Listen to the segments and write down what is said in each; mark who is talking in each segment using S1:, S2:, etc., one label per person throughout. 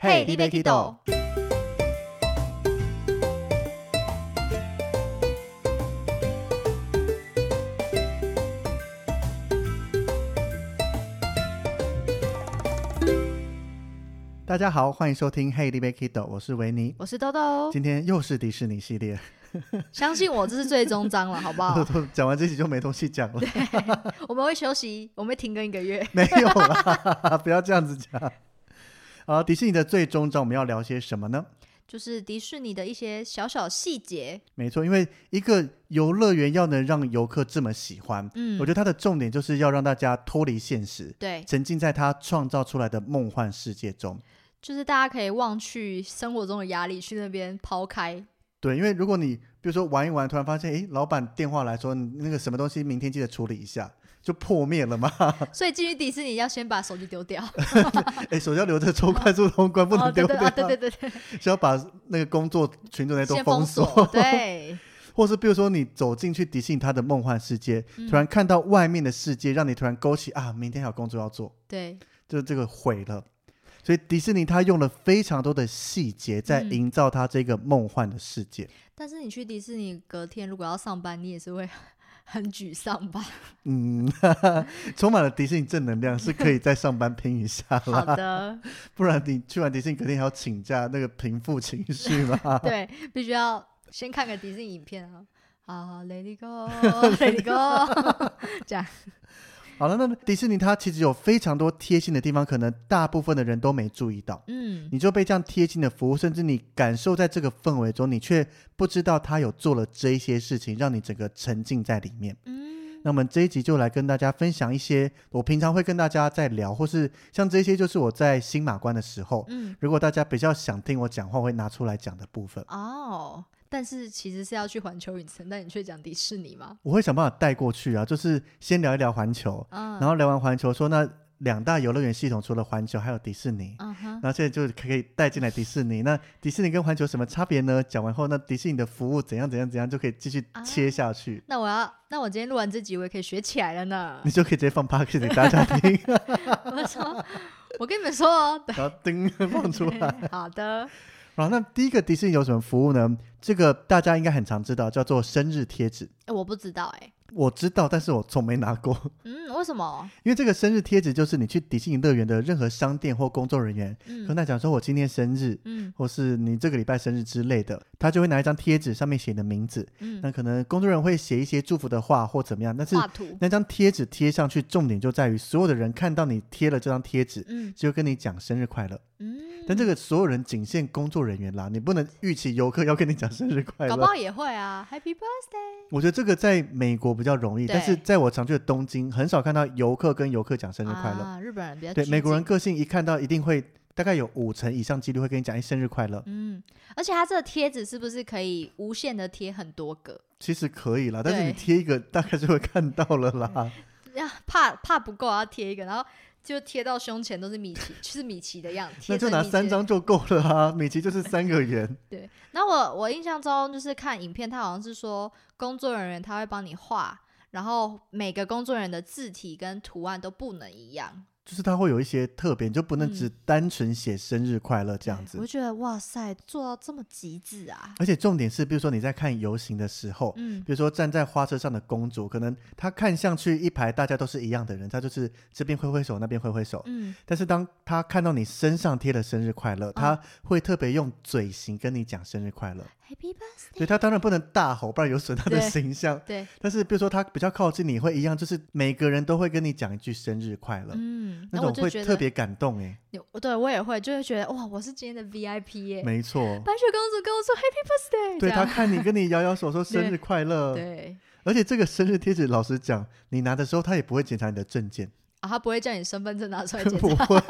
S1: 嘿，你别 Kido。大家好，欢迎收听《Hey, l i b e Kido》，我是维尼。
S2: 我是豆豆，
S1: 今天又是迪士尼系列，
S2: 相信我，这是最终章了，好 不好？
S1: 讲完这集就没东西讲了，
S2: 我们会休息，我们会停更一个月。
S1: 没有啦， 不要这样子讲。好，迪士尼的最终章我们要聊些什么呢？
S2: 就是迪士尼的一些小小细节，
S1: 没错，因为一个游乐园要能让游客这么喜欢，
S2: 嗯
S1: 我觉得它的重点就是要让大家脱离现实，
S2: 对，
S1: 沉浸在它创造出来的梦幻世界中。
S2: 就是大家可以忘去生活中的压力，去那边抛开。
S1: 对，因为如果你比如说玩一玩，突然发现，诶，老板电话来说，你那个什么东西明天记得处理一下，就破灭了嘛。
S2: 所以进去迪士尼要先把手机丢掉，
S1: 诶，手机要留着抽快速通 关，不能
S2: 哦
S1: 丢
S2: 对
S1: 掉，
S2: 对啊对对对对，
S1: 是要把那个工作群组那都
S2: 先
S1: 封
S2: 锁。对，
S1: 或是比如说你走进去迪士尼它的梦幻世界，
S2: 嗯
S1: 突然看到外面的世界，让你突然勾起啊，明天还有工作要做，
S2: 对，
S1: 就是这个毁了。所以迪士尼它用了非常多的细节在
S2: 嗯
S1: 营造它这个梦幻的世界。
S2: 但是你去迪士尼隔天如果要上班，你也是会 很沮丧 吧？
S1: 嗯，哈哈充满了迪士尼正能量，是可以在上班拼一下
S2: 好
S1: 啦。
S2: 的，
S1: 不然你去完迪士尼肯定还要请假，那个平复情绪嘛。
S2: 对，必须要先看个迪士尼影片啊。啊，Let it go，Let it go，这样，
S1: 好了，那迪士尼它其实有非常多贴心的地方，可能大部分的人都没注意到。
S2: 嗯，
S1: 你就被这样贴近的服务，甚至你感受在这个氛围中，你却不知道他有做了这一些事情，让你整个沉浸在里面。
S2: 嗯，
S1: 那我们这一集就来跟大家分享一些我平常会跟大家在聊，或是像这些就是我在新马关的时候，
S2: 嗯，
S1: 如果大家比较想听我讲话，会拿出来讲的部分，
S2: 哦，但是其实是要去环球影城，但你却讲迪士尼嘛？
S1: 我会想办法带过去啊，就是先聊一聊环球，
S2: 嗯，
S1: 然后聊完环球说那两大游乐园系统除了环球还有迪士尼，
S2: 嗯哼，
S1: 然后现在就可以带进来迪士尼。那迪士尼跟环球有什么差别呢？讲完后，那迪士尼的服务怎样怎样怎样，就可以继续
S2: 啊
S1: 切下去，
S2: 那我要，那我今天录完这集，我也可以学起来了 呢
S1: 你。就可以直接放 p o c k e t 给大家听，
S2: 我说，我跟你们说哦，对，
S1: 然后叮放出来。
S2: 好的，
S1: 然后，那第一个迪士尼有什么服务呢？这个大家应该很常知道，叫做生日贴纸。
S2: 哎我不知道哎、
S1: 我知道，但是我从没拿过，
S2: 嗯，为什么？
S1: 因为这个生日贴纸就是你去迪士尼乐园的任何商店或工作人员，跟
S2: 嗯
S1: 他讲说我今天生日，
S2: 嗯
S1: 或是你这个礼拜生日之类的，他就会拿一张贴纸，上面写你的名字，那
S2: 嗯，
S1: 可能工作人员会写一些祝福的话或怎么样，但是
S2: 画图，
S1: 那张贴纸贴上去，重点就在于所有的人看到你贴了这张贴纸，
S2: 嗯
S1: 就跟你讲生日快乐。
S2: 嗯，
S1: 但这个所有人仅限工作人员啦，你不能预期游客要跟你讲生日快
S2: 搞不
S1: 乐。
S2: 好也会啊，Happy Birthday，
S1: 我觉得这个在美国比较容易，
S2: 对
S1: 但是在我常去的东京，很少看到游客跟游客讲生日快乐。
S2: 啊，日本人比较
S1: 对，
S2: 拘
S1: 美国人
S2: 谨。
S1: 个性一看到一定会，大概有五成以上几率会跟你讲哎生日快乐。
S2: 嗯，而且它这个贴纸是不是可以无限的贴很多个？
S1: 其实可以啦，但是你
S2: 对
S1: 贴一个大概就会看到了啦。
S2: 呀，怕怕不够，要贴一个，然后就贴到胸前都是米奇，就是米奇的样子。
S1: 那
S2: 贴
S1: 就
S2: 着
S1: 拿
S2: 米
S1: 三
S2: 奇的。
S1: 张就够了啊，米奇就是三个圆。
S2: 对，然后我我印象中就是看影片，他好像是说工作人员他会帮你画，然后每个工作人员的字体跟图案都不能一样。
S1: 就是它会有一些特别，你就不能只单纯写生日快乐这样子。
S2: 嗯我就觉得哇塞，做到这么极致啊！
S1: 而且重点是，比如说你在看游行的时候，
S2: 嗯
S1: 比如说站在花车上的公主，可能她看上去一排大家都是一样的人，她就是这边挥挥手，那边挥挥手。
S2: 嗯，
S1: 但是当她看到你身上贴了生日快
S2: 哦
S1: 乐，她会特别用嘴型跟你讲生日快乐。
S2: Happy birthday！
S1: 所以她当然不能大吼，不然有损她的
S2: 对
S1: 形象。
S2: 对，
S1: 但是比如说她比较靠近你，会一样，就是每个人都会跟你讲一句生日快乐，
S2: 嗯，
S1: 那
S2: 然后我
S1: 种
S2: 就
S1: 会
S2: 觉
S1: 特
S2: 得，
S1: 别感动哎、
S2: 我对我也会，就会觉得哇，我是今天的 VIP 耶、
S1: 没错。
S2: 白雪公主跟我说 Happy birthday，
S1: 对
S2: 这
S1: 他
S2: 样
S1: 看你跟你摇摇手说生日快乐，
S2: 对。
S1: 而且这个生日贴纸，老实讲，你拿的时候他也不会检查你的证件，
S2: 啊，他不会叫你身份证拿出来 检
S1: 不
S2: 查，
S1: 会，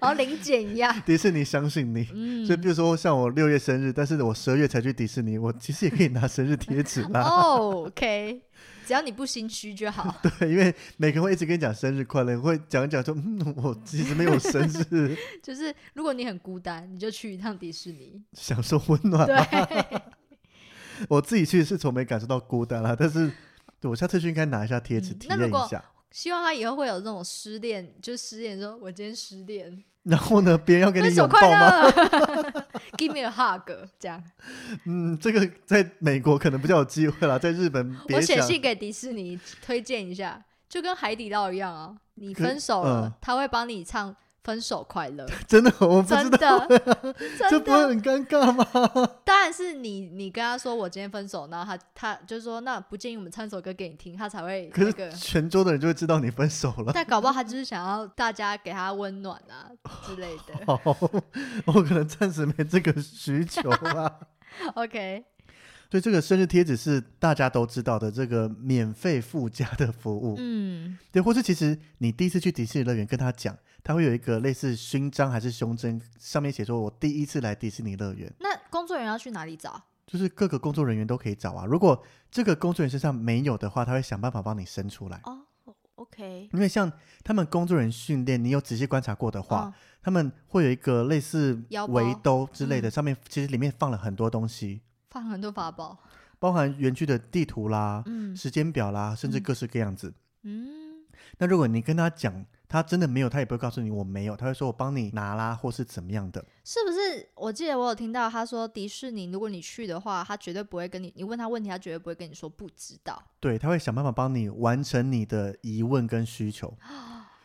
S2: 然后零检一 样。
S1: 迪士尼相信你。
S2: 嗯
S1: 所以，比如说像我六月生日，但是我十二月才去迪士尼，我其实也可以拿生日贴纸啦。
S2: 哦，OK，只要你不心虚就好。
S1: 对，因为每个人会一直跟你讲生日快乐，会讲一讲说，嗯，我其实没有生日，
S2: 就是如果你很孤单，你就去一趟迪士尼。
S1: 享受温暖。啊
S2: 对，
S1: 我自己去是从没感受到孤单啦，但是对我下次去应该拿一下贴纸、
S2: 嗯
S1: 体
S2: 那
S1: 验
S2: 如果
S1: 一下。
S2: 希望他以后会有这种失恋，就是失恋说，我今天失恋，
S1: 然后呢，别人要给
S2: 分
S1: 你
S2: 手
S1: 拥
S2: 快
S1: 抱吗？
S2: 乐 ，Give me a hug，这样。
S1: 嗯，这个在美国可能比较有机会啦，在日本别
S2: 我写
S1: 想。
S2: 信给迪士尼推荐一下，就跟海底捞一样啊，你
S1: 可
S2: 分手了，
S1: 嗯
S2: 他会帮你唱《分手快 乐》，
S1: 真的，我不
S2: 真
S1: 知
S2: 的
S1: 道，， 这
S2: 真
S1: 不会
S2: 的。
S1: 很尴尬吗？
S2: 当然是你，你跟他说我今天分手，然后他他就是说那不建议我们唱一首歌给你听，他才会
S1: 可
S2: 那个
S1: 是。泉州的人就会知道你分手了。
S2: 但搞不好他就是想要大家给他温暖啊之类的。
S1: 好，我可能暂时没这个需求啦。
S2: OK，
S1: 所以这个生日贴纸是大家都知道的这个免费附加的服务，
S2: 嗯，
S1: 对，或是其实你第一次去迪士尼乐园跟他讲，他会有一个类似勋章还是胸针，上面写说我第一次来迪士尼乐园，
S2: 那工作人员要去哪里找？
S1: 就是各个工作人员都可以找啊。如果这个工作人员身上没有的话，他会想办法帮你生出来。
S2: 哦，OK，
S1: 因为像他们工作人员训练，你有仔细观察过的话，
S2: 嗯
S1: 他们会有一个类似
S2: 腰包
S1: 围兜之类的，
S2: 嗯
S1: 上面其实里面放了很多东西，
S2: 放很多法宝。
S1: 包含园区的地图啦、
S2: 嗯
S1: 时间表啦，甚至各式各样子。
S2: 嗯，
S1: 那如果你跟他讲，他真的没有，他也不会告诉你我没有，他会说我帮你拿啦，或是怎么样的。
S2: 是不是？我记得我有听到他说，迪士尼如果你去的话，他绝对不会跟你，你问他问题，他绝对不会跟你说不知道。
S1: 对，他会想办法帮你完成你的疑问跟需 求。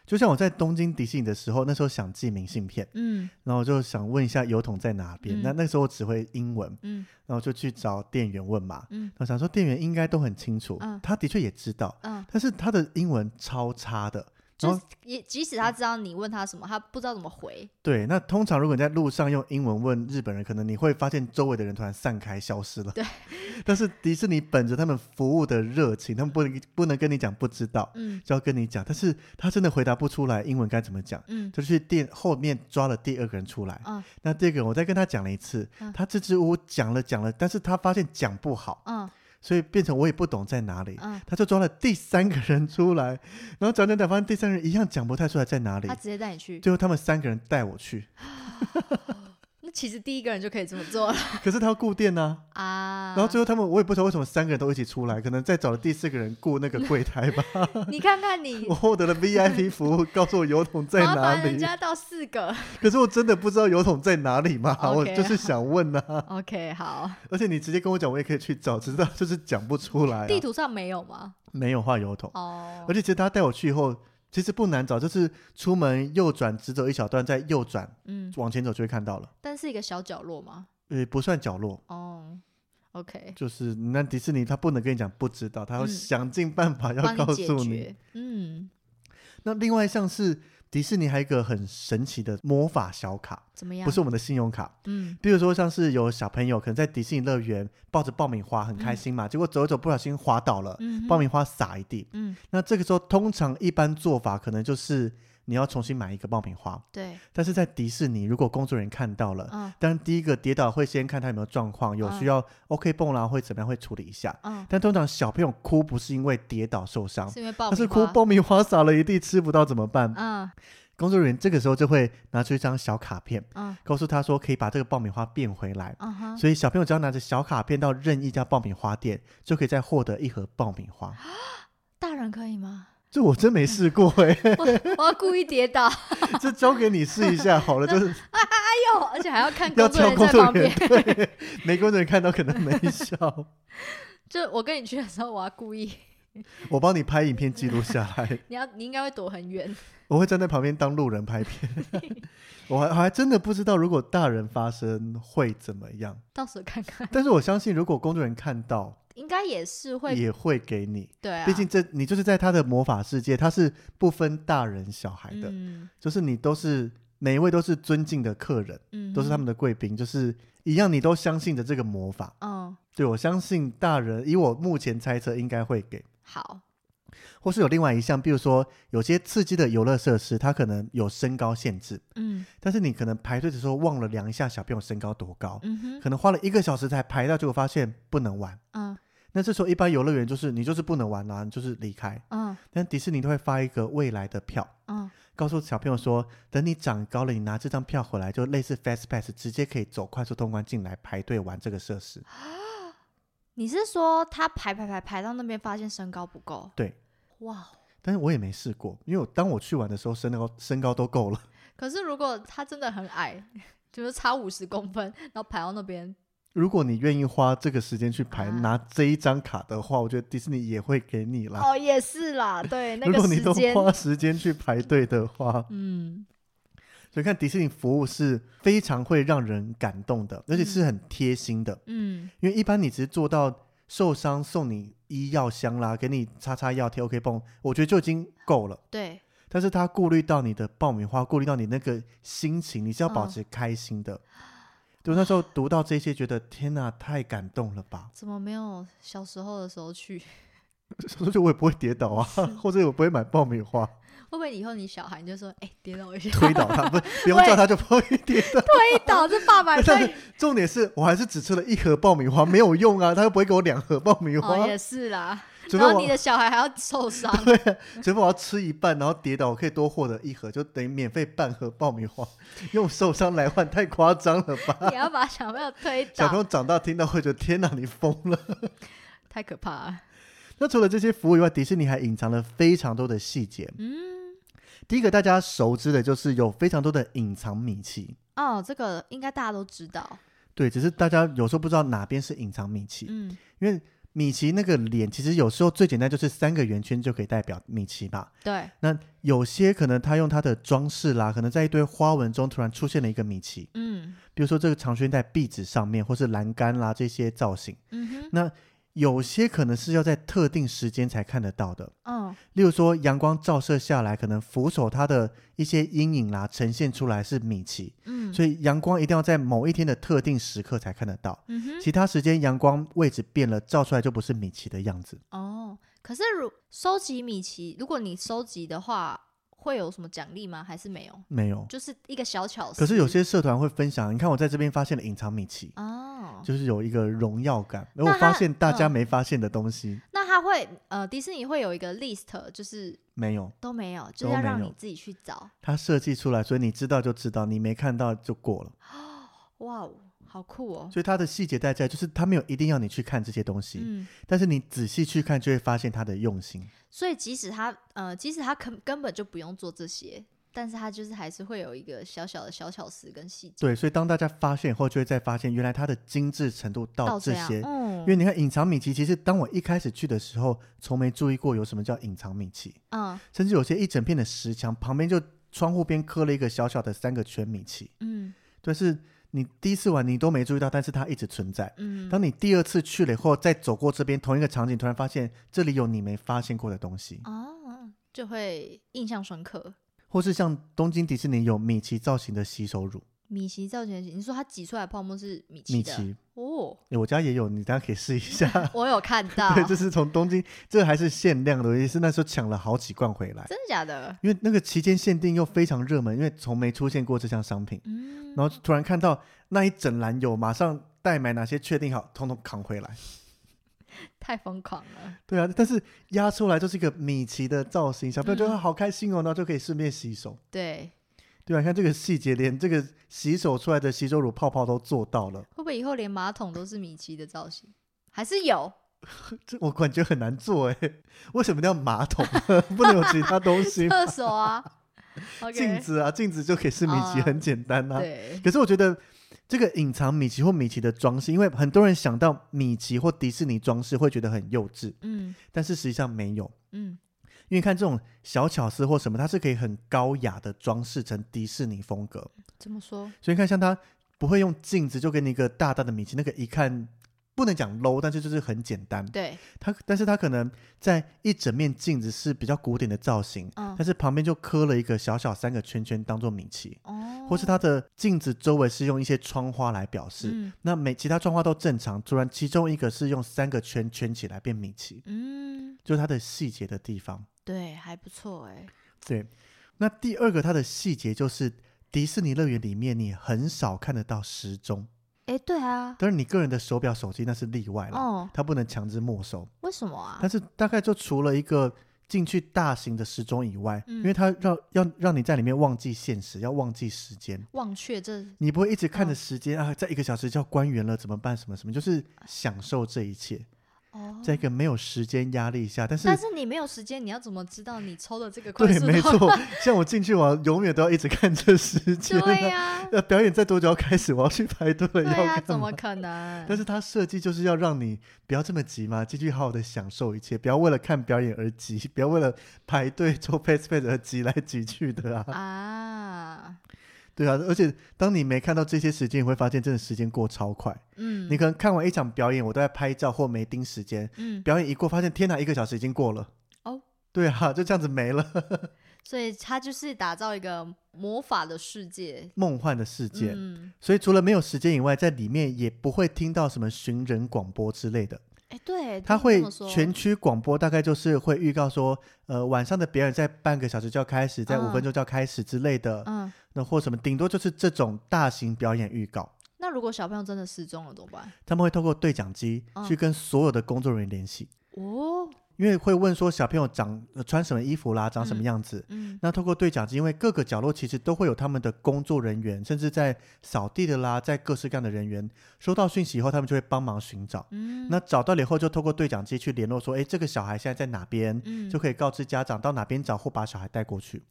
S1: 就像我在东京迪士尼的时候，那时候想寄明信片，
S2: 嗯
S1: 然后我就想问一下邮筒在哪边。
S2: 嗯
S1: 那那时候我只会英文，
S2: 嗯
S1: 然后就去找店员问嘛。
S2: 嗯
S1: 我想说店员应该都很清楚，
S2: 嗯
S1: 他的确也知道，
S2: 嗯，
S1: 但是他的英文超差的。然
S2: 就
S1: 后
S2: 是也即使他知道你问他什么，他不知道怎么回。
S1: 对，那通常如果你在路上用英文问日本人，可能你会发现周围的人突然散开消失了。
S2: 对，
S1: 但是迪士尼本着他们服务的热情，他们不能不能跟你讲不知道，
S2: 嗯
S1: 就要跟你讲，但是他真的回答不出来英文该怎么讲。
S2: 嗯
S1: 就去店后面抓了第二个人出来，
S2: 嗯
S1: 那第二个人我再跟他讲了一次，
S2: 嗯
S1: 他支支吾吾讲了讲了，但是他发现讲不好，
S2: 嗯
S1: 所以变成我也不懂在哪里，
S2: 嗯，
S1: 他就抓了第三个人出来，然后讲讲讲，发现第三个人一样讲不太出来在哪里
S2: 他，直接带你去。
S1: 最后他们三个人带我去，
S2: 那其实第一个人就可以这么做 了
S1: 可是他要顾店呢、
S2: 啊。
S1: 然后最后他们我也不知道为什么三个人都一起出来，可能再找了第四个人顾那个柜台 吧。
S2: 你看看你
S1: 我。获得了 VIP 服务，告诉我油桶在
S2: 麻
S1: 哪
S2: 烦人
S1: 里，
S2: 家到四 个
S1: 可是我真的不知道油桶在哪里嘛
S2: OK，
S1: 我就是想问呐、
S2: ，OK，好。
S1: 而且你直接跟我讲，我也可以去找，只是他就是讲不出来、啊。
S2: 地图上没有吗？
S1: 没有画油桶，
S2: 哦
S1: 而，且其实他带我去以后，其实不难找，就是出门右转直走一小段，再右转
S2: 嗯，
S1: 往前走就会看到了。
S2: 但是一个小角落吗？
S1: 呃，不算角落，
S2: 哦，OK，
S1: 就是那迪士尼他不能跟你讲不知道，他要
S2: 嗯
S1: 想尽办法要
S2: 帮
S1: 告
S2: 解
S1: 诉
S2: 决。嗯，
S1: 那另外像是迪士尼还有一个很神奇的魔法小卡，
S2: 怎么样？
S1: 不是我们的信用卡。
S2: 嗯
S1: 比如说，像是有小朋友可能在迪士尼乐园抱着爆米花很开心嘛，结果走一走不小心滑倒了，
S2: 嗯哼
S1: 爆米花洒一地。
S2: 嗯，
S1: 那这个时候，通常一般做法可能就是你要重新买一个爆米花，
S2: 对，
S1: 但是在迪士尼，如果工作人员看到了，
S2: 嗯
S1: 当然第一个跌倒会先看他有没有状况，有需要 OK 泵啦，会怎么样会处理一下。
S2: 嗯，
S1: 但通常小朋友哭不是因为跌倒受伤，
S2: 是因为爆
S1: 他
S2: 米
S1: 是哭
S2: 花
S1: 爆米花洒了一地吃不到怎么办？
S2: 嗯
S1: 工作人员这个时候就会拿出一张小卡片，
S2: 嗯
S1: 告诉他说可以把这个爆米花变回来。
S2: 嗯哼，
S1: 所以小朋友只要拿着小卡片到任意一家爆米花店，就可以再获得一盒爆米花。
S2: 大人可以吗？
S1: 这我真没试过哎、
S2: 我要故意跌倒，哎
S1: 这交给你试一下好了， 就是
S2: 呦，而且还要看
S1: 要
S2: 工
S1: 挑
S2: 作人员
S1: 工
S2: 在
S1: 作
S2: 旁
S1: 人
S2: 边
S1: 员。，对，没工作人员看到可能没笑。
S2: 就我跟你去的时候，我要故意，
S1: 我帮你拍影片记录下 来，
S2: 你要你应该会躲很远。
S1: 我会站在旁边当路人拍片。 我还我还真的不知道，如果大人发生会怎么样，
S2: 到时候看看，
S1: 但是我相信，如果工作人员看到，
S2: 应该也是会
S1: 也会给你。
S2: 对啊，
S1: 毕竟这你就是在他的魔法世界，他是不分大人小孩的。
S2: 嗯
S1: 就是你都是每一位都是尊敬的客人，
S2: 嗯，
S1: 都是他们的贵宾，就是一样，你都相信着这个魔法。
S2: 嗯
S1: 对我相信大人，以我目前猜测应该会给。
S2: 好，
S1: 或是有另外一项，比如说有些刺激的游乐设施，它可能有身高限制，
S2: 嗯
S1: 但是你可能排队的时候忘了量一下小朋友身高多高，
S2: 嗯哼
S1: 可能花了一个小时才排到，结果发现不能玩。
S2: 嗯
S1: 那这时候一般游乐园就是你就是不能玩啦、啊你就是离开。
S2: 嗯
S1: 但迪士尼都会发一个未来的票，
S2: 嗯
S1: 告诉小朋友说，等你长高了，你拿这张票回来，就类似 Fast Pass，直接可以走快速通关进来排队玩这个设施。
S2: 啊你是说他排排排排到那边发现身高不够？
S1: 对，
S2: 哇！
S1: 但是我也没试过，因为我当我去玩的时候，身高身高都够了。
S2: 可是如果他真的很矮，就是差五十公分，然后排到那边，
S1: 如果你愿意花这个时间去排、
S2: 啊
S1: 拿这一张卡的话，我觉得迪士尼也会给你啦。
S2: 哦，也是 啦，对，
S1: 啊
S2: 那
S1: 如
S2: 个
S1: 果你
S2: 时
S1: 都
S2: 间，
S1: 花时间去排队的话，
S2: 嗯
S1: 所以看迪士尼服务是非常会让人感动的，而且是很贴心的。
S2: 嗯
S1: 因为一般你只是做到受伤送你医药箱啦，给你擦擦药、贴 OK 绷，我觉得就已经够了。
S2: 对，
S1: 但是他顾虑到你的爆米花，顾虑到你那个心情，你是要
S2: 嗯
S1: 保持开心的。对，我那时候读到这些，觉得天哪，太感动了吧！
S2: 怎么没有小时候的时候去？
S1: 所以我也不会跌倒啊， 或者我不会买爆米 花，
S2: 会不会以后你小孩你就说，哎、跌倒一下，
S1: 推倒他，不，不用叫他就不会跌倒。
S2: 推倒这 爸爸也
S1: 但
S2: 推
S1: 是，重点是我还是只吃了一盒爆米花，没有用啊，他又不会给我两盒爆米花
S2: 哦，，也是啦。
S1: 除非
S2: 然后
S1: 我
S2: 你的小孩还要受伤，
S1: 除非我要吃一半，然后跌倒，我可以多获得一盒，就等于免费半盒爆米花，用受伤来换，太夸张了吧？
S2: 你要把小朋友推
S1: 小朋友
S2: 倒，
S1: 长大听到会觉得天哪，你疯了。
S2: 太可怕了。
S1: 那除了这些服务以外，迪士尼还隐藏了非常多的细节。
S2: 嗯，
S1: 第一个大家熟知的就是有非常多的隐藏米奇，
S2: 哦，这个应该大家都知道。
S1: 对，只是大家有时候不知道哪边是隐藏米奇，
S2: 嗯
S1: 因为米奇那个脸其实有时候最简单就是三个圆圈就可以代表米奇吧。，
S2: 对，
S1: 那有些可能他用他的装饰啦，可能在一堆花纹中突然出现了一个米奇，
S2: 嗯
S1: 比如说这个长靴在壁纸上面，或是栏杆啦这些造型，
S2: 嗯哼，
S1: 有些可能是要在特定时间才看得到的。
S2: 嗯
S1: 例如说，阳光照射下来，可能扶手它的一些阴影啦，呈现出来是米奇，
S2: 嗯，
S1: 所以阳光一定要在某一天的特定时刻才看得到，
S2: 嗯哼，
S1: 其他时间阳光位置变了，照出来就不是米奇的样子。
S2: 哦，可是如收集米奇，如果你收集的话，会有什么奖励吗？还是没有？
S1: 没有，
S2: 就是一个小巧思。
S1: 可是有些社团会分享，你看我在这边发现了隐藏米奇，
S2: 哦，
S1: 就是有一个荣耀感，而
S2: 那
S1: 我
S2: 它
S1: 发现大家
S2: 嗯
S1: 没发现的东西
S2: 那他会呃，迪士尼会有一个 list，就是
S1: 没有，
S2: 都没有，
S1: 都
S2: 就是要
S1: 没
S2: 让
S1: 有
S2: 你自己去找。
S1: 它设计出来，所以你知道就知道，你没看到就过了。
S2: 哇哦，好酷哦！
S1: 所以它的细节在这，就是它没有一定要你去看这些东西，
S2: 嗯，
S1: 但是你仔细去看就会发现它的用心。
S2: 所以即使他呃，即使他根根本就不用做这些，但是他就是还是会有一个小小的小巧思跟细节
S1: 对，所以当大家发现后，就会再发现原来它的精致程度到
S2: 到
S1: 哦这
S2: 样
S1: 些。。
S2: 嗯，
S1: 因为你看隐藏米奇，其实当我一开始去的时候，从没注意过有什么叫隐藏米奇，
S2: 嗯
S1: 甚至有些一整片的石墙旁边就窗户边刻了一个小小的三个圈米奇。
S2: 嗯
S1: 对，是你第一次玩你都没注意到，但是它一直存在。
S2: 嗯，
S1: 当你第二次去了以后，再走过这边同一个场景，突然发现这里有你没发现过的东西，
S2: 哦，就会印象深刻。
S1: 或是像东京迪士尼有米奇造型的洗手乳，
S2: 米奇造型的，你说它挤出来的泡沫是米奇
S1: 米
S2: 的
S1: 奇，
S2: 哦，。
S1: 诶我家也有，你大家可以试一下
S2: 我 有看到，
S1: 对，这是从东京，这还是限量的，也是那时候抢了好几罐回来，
S2: 真的假的？
S1: 因为那个期间限定又非常热门，因为从没出现过这项商品，
S2: 嗯，
S1: 然后突然看到那一整篮有，马上代买哪些确定好，通通扛回来。
S2: 太疯狂了，
S1: 对啊，但是压出来就是一个米奇的造型，小朋友就会好开心哦，然后就可以顺便洗手。
S2: 对，
S1: 对啊，你看这个细节，连这个洗手出来的洗手乳泡泡都做到了，
S2: 会不会以后连马桶都是米奇的造型？还是有？
S1: 这我感觉很难做哎。为什么叫马桶？不能有其他东 西？
S2: 厕所啊 ，OK，
S1: 镜子啊，镜子就可以是米奇，
S2: 啊
S1: 很简单啊。
S2: 对，
S1: 可是我觉得这个隐藏米奇或米奇的装饰，因为很多人想到米奇或迪士尼装饰会觉得很幼稚，
S2: 嗯
S1: 但是实际上没有。
S2: 嗯
S1: 因为你看这种小巧思或什么，它是可以很高雅的装饰成迪士尼风格。
S2: 怎么说？
S1: 所以你看，像它不会用镜子就给你一个大大的米奇，那个一看不能讲 low，但是就是很简单。
S2: 对，
S1: 它但是它可能在一整面镜子是比较古典的造型，
S2: 嗯
S1: 但是旁边就刻了一个小小三个圈圈当做米奇，
S2: 哦，
S1: 或是它的镜子周围是用一些窗花来表示。
S2: 嗯
S1: 那每其他窗花都正常，突然其中一个是用三个圈圈起来变米奇，
S2: 嗯，
S1: 就是它的细节的地方。
S2: 对，还不错哎、
S1: 对，那第二个它的细节就是迪士尼乐园里面你很少看得到时钟，
S2: 哎、对啊，
S1: 当然你个人的手表、手机那是例外了，
S2: 哦
S1: 它不能强制没收。
S2: 为什么啊
S1: 但？是大概就除了一个进去大型的时钟以外，
S2: 嗯
S1: 因为它让要让你在里面忘记现实，要忘记时间，
S2: 忘却这
S1: 你不会一直看着
S2: 哦
S1: 时间、啊，在一个小时就要关园了，怎么办？什么什么，就是享受这一切，
S2: 啊哦，
S1: 在一个没有时间压力下，但是。
S2: 但是你没有时间，你要怎么知道你抽的这个 快
S1: 对，
S2: 速
S1: 没
S2: 动
S1: 错， 像我进去，我永远都要一直看着时间、
S2: 对呀、
S1: 呃，表演再多久要开始？我要去排队了，
S2: 对
S1: 要
S2: 呀、
S1: 干
S2: 怎
S1: 嘛
S2: 么？可能？
S1: 但是它设计就是要让你不要这么急嘛，进去好好的享受一切，不要为了看表演而急， 不要为了排队抽 p a c e p a c e 而急来急去 的啊。
S2: 啊，
S1: 对啊，而且当你没看到这些时间，你会发现真的时间过超快。
S2: 嗯，
S1: 你可能看完一场表演，我都在拍照或没盯时间，
S2: 嗯，
S1: 表演一过，发现天哪，一个小时已经过了。
S2: 哦，
S1: 对啊，就这样子没了，
S2: 所以他就是打造一个魔法的世界，
S1: 梦幻的世界。
S2: 嗯，
S1: 所以除了没有时间以外，在里面也不会听到什么寻人广播之类的。
S2: 哎、对，
S1: 它
S2: 听你
S1: 会
S2: 这么说
S1: 全区广播，大概就是会预告说，呃，晚上的表演在半个小时就要开始，在
S2: 嗯
S1: 五分钟就要开始之类的，
S2: 嗯，
S1: 那或什么，顶多就是这种大型表演预告。
S2: 那如果小朋友真的失踪了怎么办？
S1: 他们会透过对讲机
S2: 嗯
S1: 去跟所有的工作人员联系，
S2: 哦，
S1: 因为会问说小朋友长、呃穿什么衣服啦，长什么
S2: 嗯
S1: 样子。
S2: 嗯，
S1: 那透过对讲机，因为各个角落其实都会有他们的工作人员，甚至在扫地的啦，在各式各样的人员收到讯息以后，他们就会帮忙寻找。
S2: 嗯，
S1: 那找到了以后，就透过对讲机去联络说，诶，这个小孩现在在哪边？
S2: 嗯
S1: 就可以告知家长到哪边找或把小孩带过去。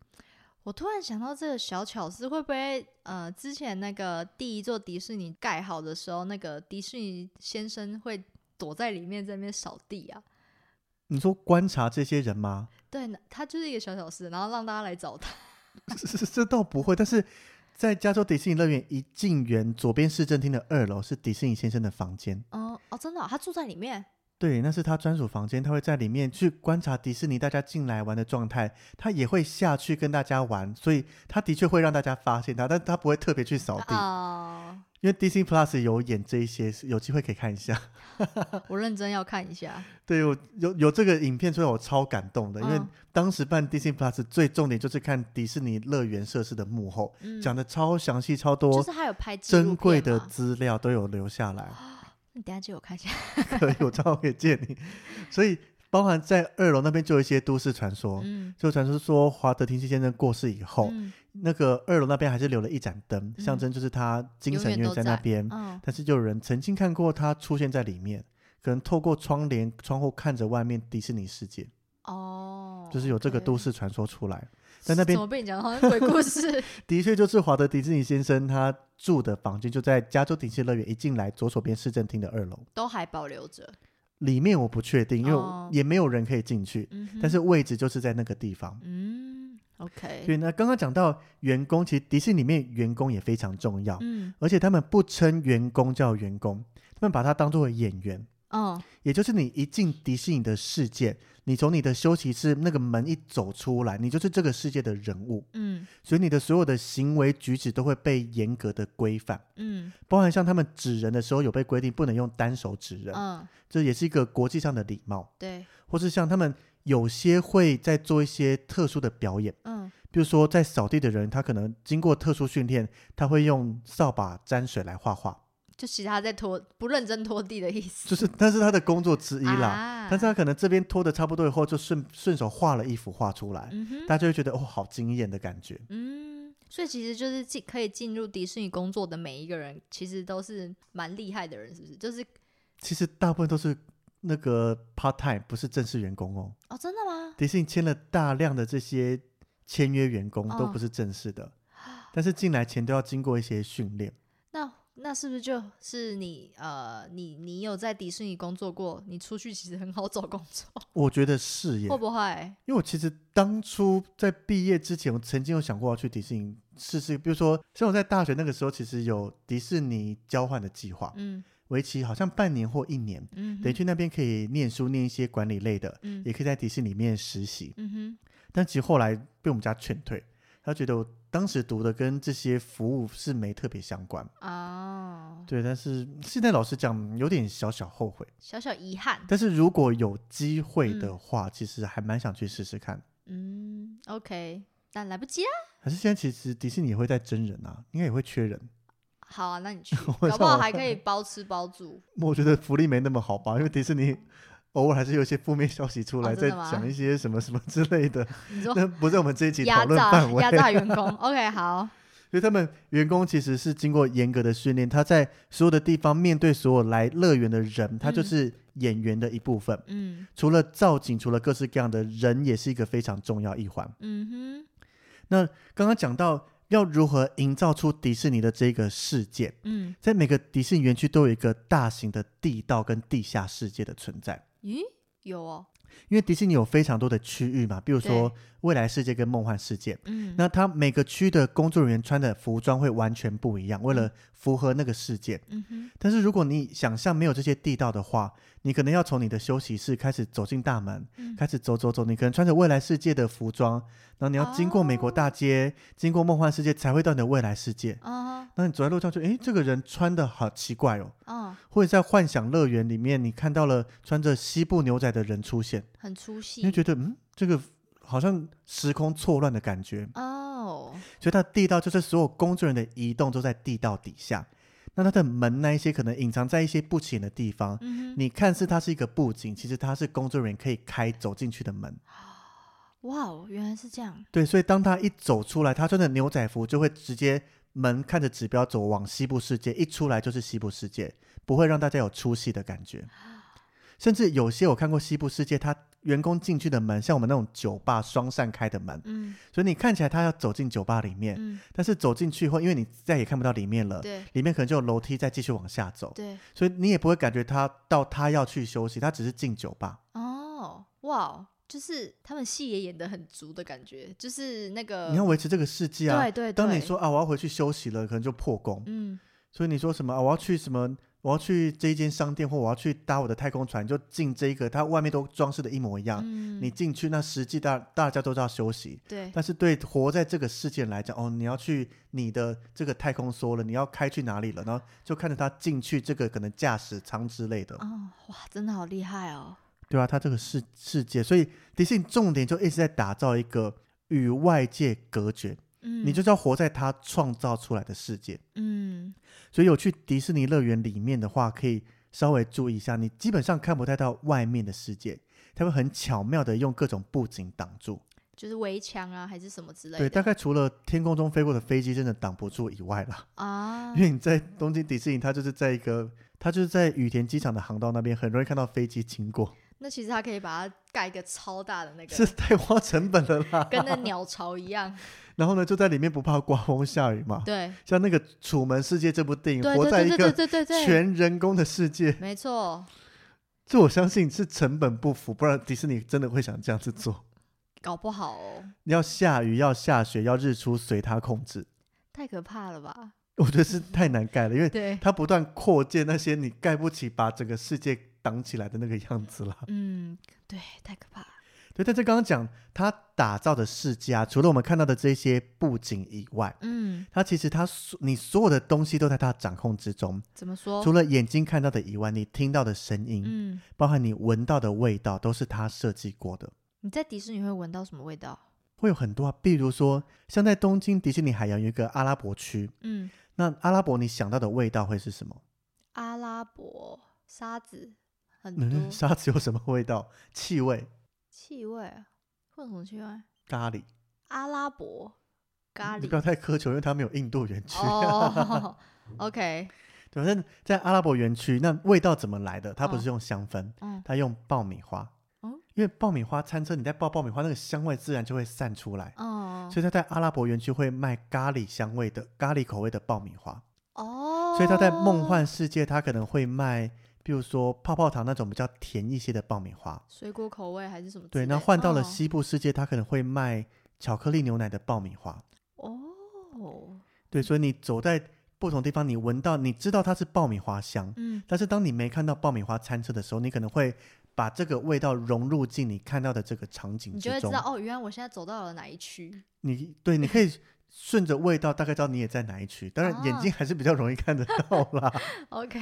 S2: 我突然想到这个小巧思，会不会呃，之前那个第一座迪士尼盖好的时候，那个迪士尼先生会躲在里面在那边扫地啊？
S1: 你说观察这些人吗？
S2: 对，那他就是一个小巧思，然后让大家来找他。
S1: 这这倒不会，但是在加州迪士尼乐园一进园，左边市政厅的二楼是迪士尼先生的房间。
S2: 嗯，哦，真的哦、他住在里面。
S1: 对，那是他专属房间，他会在里面去观察迪士尼大家进来玩的状态，他也会下去跟大家玩，所以他的确会让大家发现他，但他不会特别去扫地，
S2: 哦，
S1: 因为 Disney Plus 有演这一些，有机会可以看一下。
S2: 我认真要看一下。
S1: 对我有有这个影片出来，我超感动的，因为
S2: 嗯
S1: 当时办 Disney Plus 最重点就是看迪士尼乐园设施的幕后，
S2: 嗯，
S1: 讲的超详细，超多、
S2: 就是他有拍纪录
S1: 珍贵
S2: 片
S1: 的
S2: 嘛
S1: 资料都有留下 来，
S2: 你等一下借我看一下。
S1: 可以，我照可以借你。所以包含在二楼那边就有一些都市传说，
S2: 嗯，
S1: 就传说说华德廷斯先生过世以后，
S2: 嗯
S1: 那个二楼那边还是留了一盏灯，
S2: 嗯
S1: 象征就是他精神
S2: 永远
S1: 院
S2: 都
S1: 在那
S2: 在
S1: 边。
S2: 嗯
S1: 但是就有人曾经看过他出现在里面，可能透过窗帘、窗户看着外面迪士尼世界，
S2: 哦，
S1: 就是有这个
S2: OK
S1: 都市传说出来。但那边
S2: 怎么被你讲得好像鬼故事？
S1: 的确就是华德迪士尼先生他住的房间就在加州迪士尼乐园一进来左手边市政厅的二楼，
S2: 都还保留着。
S1: 里面我不确定，因为
S2: 哦
S1: 我也没有人可以进去，
S2: 嗯哼，
S1: 但是位置就是在那个地方。
S2: 嗯，OK，
S1: 对，那刚刚讲到员工，其实迪士尼里面员工也非常重要，
S2: 嗯
S1: 而且他们不称员工叫员工，他们把它当作为演员。
S2: 哦，
S1: 也就是你一进迪士尼的世界，你从你的休息室那个门一走出来，你就是这个世界的人物，
S2: 嗯
S1: 所以你的所有的行为举止都会被严格的规范，
S2: 嗯
S1: 包含像他们指人的时候有被规定不能用单手指人，
S2: 嗯，
S1: 这也是一个国际上的礼貌，
S2: 对，
S1: 或是像他们有些会在做一些特殊的表演，
S2: 嗯
S1: 比如说在扫地的人，他可能经过特殊训练，他会用扫把沾水来画画，
S2: 就其他在拖不认真拖地的意思。
S1: 就是那是他的工作 之一啦。
S2: 啊
S1: 但是他可能这边拖的差不多以后，就顺顺手画了一幅画出来，
S2: 嗯哼，
S1: 大家就会觉得哦，好惊艳的感觉。
S2: 嗯，所以其实就是进可以进入迪士尼工作的每一个人，其实都是蛮厉害的人，是不是？就是
S1: 其实大部分都是那个 part time，不是正式员工哦。
S2: 哦，真的吗？
S1: 迪士尼签了大量的这些签约员工，
S2: 哦
S1: 都不是正式的，但是进来前都要经过一些训练。
S2: 那那是不是就是你呃，你你有在迪士尼工作过？你出去其实很好找工作，
S1: 我觉得是耶
S2: 会，不会？
S1: 因为我其实当初在毕业之前，我曾经有想过要去迪士尼试试，比如说像我在大学那个时候，其实有迪士尼交换的计划，
S2: 嗯
S1: 为期好像半年或一年，
S2: 嗯哼，
S1: 等于去那边可以念书，念一些管理类的，
S2: 嗯
S1: 也可以在迪士尼里面实习。
S2: 嗯哼，
S1: 但其实后来被我们家劝退，他觉得我当时读的跟这些服务是没特别相关。
S2: 哦，
S1: 对，但是现在老实讲，有点小小后悔。
S2: 小小遗憾。
S1: 但是如果有机会的话，其实还蛮想去试试看。
S2: 嗯，OK，但来不及啊。
S1: 可是现在其实迪士尼也会在真人啊，应该也会缺人。
S2: 好啊，那你去，
S1: 我
S2: 搞
S1: 想
S2: 不好
S1: 我
S2: 还可以包吃包住。
S1: 我觉得福利没那么好吧，因为迪士尼偶尔还是有一些负面消息出来，
S2: 哦真
S1: 在
S2: 的吗
S1: 讲一些什么什么之类 的，
S2: 你说
S1: 那不在我们这一集讨
S2: 压
S1: 论
S2: 榨
S1: 范围
S2: 压。榨 员工，OK，好，
S1: 所以他们员工其实是经过严格的训练，他在所有的地方面对所有来乐园的人，他就是演员的一部分。
S2: 嗯
S1: 除了造景，除了各式各样的人，也是一个非常重要一环。
S2: 嗯哼，
S1: 刚刚讲到要如何营造出迪士尼的这个世界，
S2: 嗯，
S1: 在每个迪士尼园区都有一个大型的地道跟地下世界的存在。
S2: 咦，有哦，
S1: 因为迪士尼有非常多的区域嘛，比如说
S2: 对
S1: 未来世界跟梦幻世界。
S2: 嗯，
S1: 那它每个区的工作人员穿的服装会完全不一样，为了符合那个世界。
S2: 嗯哼，
S1: 但是如果你想象没有这些地道的话，你可能要从你的休息室开始走进大门，
S2: 嗯
S1: 开始走走走，你可能穿着未来世界的服装，然后你要经过美国大街，
S2: 哦
S1: 经过梦幻世界，才会到你的未来世界。
S2: 啊
S1: 那你走在路上就，诶，这个人穿的好奇怪哦。
S2: 哦，
S1: 或者在幻想乐园里面，你看到了穿着西部牛仔的人出现，
S2: 很出戏
S1: 你会觉得嗯，这个好像时空错乱的感觉。
S2: 哦，
S1: 所以它的地道就是所有工作人员的移动都在地道底下。那它的门那一些可能隐藏在一些不起眼的地方，
S2: 嗯
S1: 你看似它是一个布景，其实它是工作人员可以开走进去的门。
S2: 哼，哇哦，原来是这样，
S1: 对，所以当他一走出来，他穿的牛仔服就会直接门看着指标走往西部世界，一出来就是西部世界，不会让大家有出戏的感 觉。甚至有些我看过西部世界，他员工进去的门，像我们那种酒吧双扇开的门，
S2: 嗯
S1: 所以你看起来他要走进酒吧里面，
S2: 嗯，
S1: 但是走进去后，因为你再也看不到里面了，
S2: 对
S1: 里面可能就有楼梯再继续往下走，
S2: 对，
S1: 所以你也不会感觉他到他要去休息，他只是进酒吧。
S2: 哦，哇哦，就是他们戏也演得很足的感觉，就是那个
S1: 你要维持这个世界啊。
S2: 对呃对，
S1: 当你
S2: 对，
S1: 说啊我要回去休息了，可能就破功。
S2: 嗯
S1: 所以你说什么、啊、我要去什么，我要去这一间商店，或我要去搭我的太空船，就进这一个，它外面都装饰的一模一样。
S2: 嗯，
S1: 啊你进去，那实际大大家都知道休息，
S2: 对
S1: 但是对活在这个世界来讲，哦，你要去你的这个太空梭了，你要开去哪里了，然后就看着他进去这个可能驾驶舱之类的，
S2: 哦，哇，真的好厉害哦，
S1: 对啊，他这个世世界，所以迪士尼重点就一直在打造一个与外界隔绝，
S2: 嗯，
S1: 你就是要活在他创造出来的世界。
S2: 嗯
S1: 所以有去迪士尼乐园里面的话，可以稍微注意一下，你基本上看不太到外面的世界，它会很巧妙的用各种布景挡住。
S2: 就是围墙啊还是什么之类
S1: 对，
S2: 的，
S1: 大概除了天空中飞过的飞机真的挡不住以外啦，
S2: 啊
S1: 因，为你在东京迪士尼，它就是在一个，它就是在羽田机场的航道那边，很容易看到飞机经过，
S2: 那其实他可以把它盖一个超大的那
S1: 这
S2: 个，
S1: 太花成本了啦。
S2: 跟那鸟巢 一样，
S1: 然后呢，就在里面不怕刮风下雨嘛。
S2: 对。
S1: 像那个《楚门世界》这部电影，
S2: 对
S1: 活在一
S2: 对对对
S1: 个
S2: 对对对对，
S1: 全人工的世界，
S2: 没错。
S1: 这我相信是成本不符，不然迪士尼真的会想这样子做。
S2: 搞不好哦，
S1: 要下雨，要下雪，要日出，随它控制。
S2: 太可怕了吧？
S1: 我觉得是太难盖了，因为
S2: 对，
S1: 它不断扩建那些你盖不起，把整个世界挡起来的那个样子啦。
S2: 嗯，对，太可怕了。
S1: 对，但是刚刚讲它打造的世界啊，除了我们看到的这些布景以外，
S2: 嗯，
S1: 它其实它所你所有的东西都在它掌控之中，
S2: 怎么说
S1: 除？了眼睛看到的以外，你听到的声音，
S2: 哦嗯，
S1: 包含你闻到的味道，都是它设计过的。
S2: 你在迪士尼会闻到什么味道？
S1: 会有很多啊，比如说像在东京迪士尼海洋有一个阿拉伯区，
S2: 嗯，
S1: 那阿拉伯你想到的味道会是什么？
S2: 阿拉伯沙子很
S1: 嗯，
S2: 多，
S1: 沙子有什么味道？气味
S2: 气味混什么气味？
S1: 咖喱，
S2: 阿拉伯咖
S1: 你不要
S2: 喱。
S1: 太苛求，因为它没有印度园区。
S2: 哦，OK，
S1: 对，反正在阿拉伯园区，那味道怎么来的？它不
S2: 哦
S1: 是用香氛，
S2: 嗯
S1: 它用爆米花。
S2: 哦
S1: 因为爆米花餐车，你在爆爆米花，那个香味自然就会散出来。
S2: 哦
S1: 所以它在阿拉伯园区会卖咖喱香味的咖喱口味的爆米花。
S2: 哦，
S1: 所以它在梦幻世界，它可能会卖，比如说泡泡糖那种比较甜一些的爆米花。
S2: 水果口味还是什么之类
S1: 对，
S2: 的？
S1: 那换到了
S2: 哦
S1: 西部世界，它可能会卖巧克力牛奶的爆米花。
S2: 哦，
S1: 对，所以你走在不同地方，你闻到，你知道它是爆米花香，
S2: 嗯，
S1: 但是当你没看到爆米花餐车的时候，你可能会把这个味道融入进你看到的这个场景
S2: 你
S1: 之
S2: 就会
S1: 中
S2: 知。道哦，原来我现在走到了哪一区。
S1: 你对，你可以顺着味道大概知道你也在哪一区。当然，眼
S2: 哦
S1: 睛还是比较容易看得到啦。
S2: OK，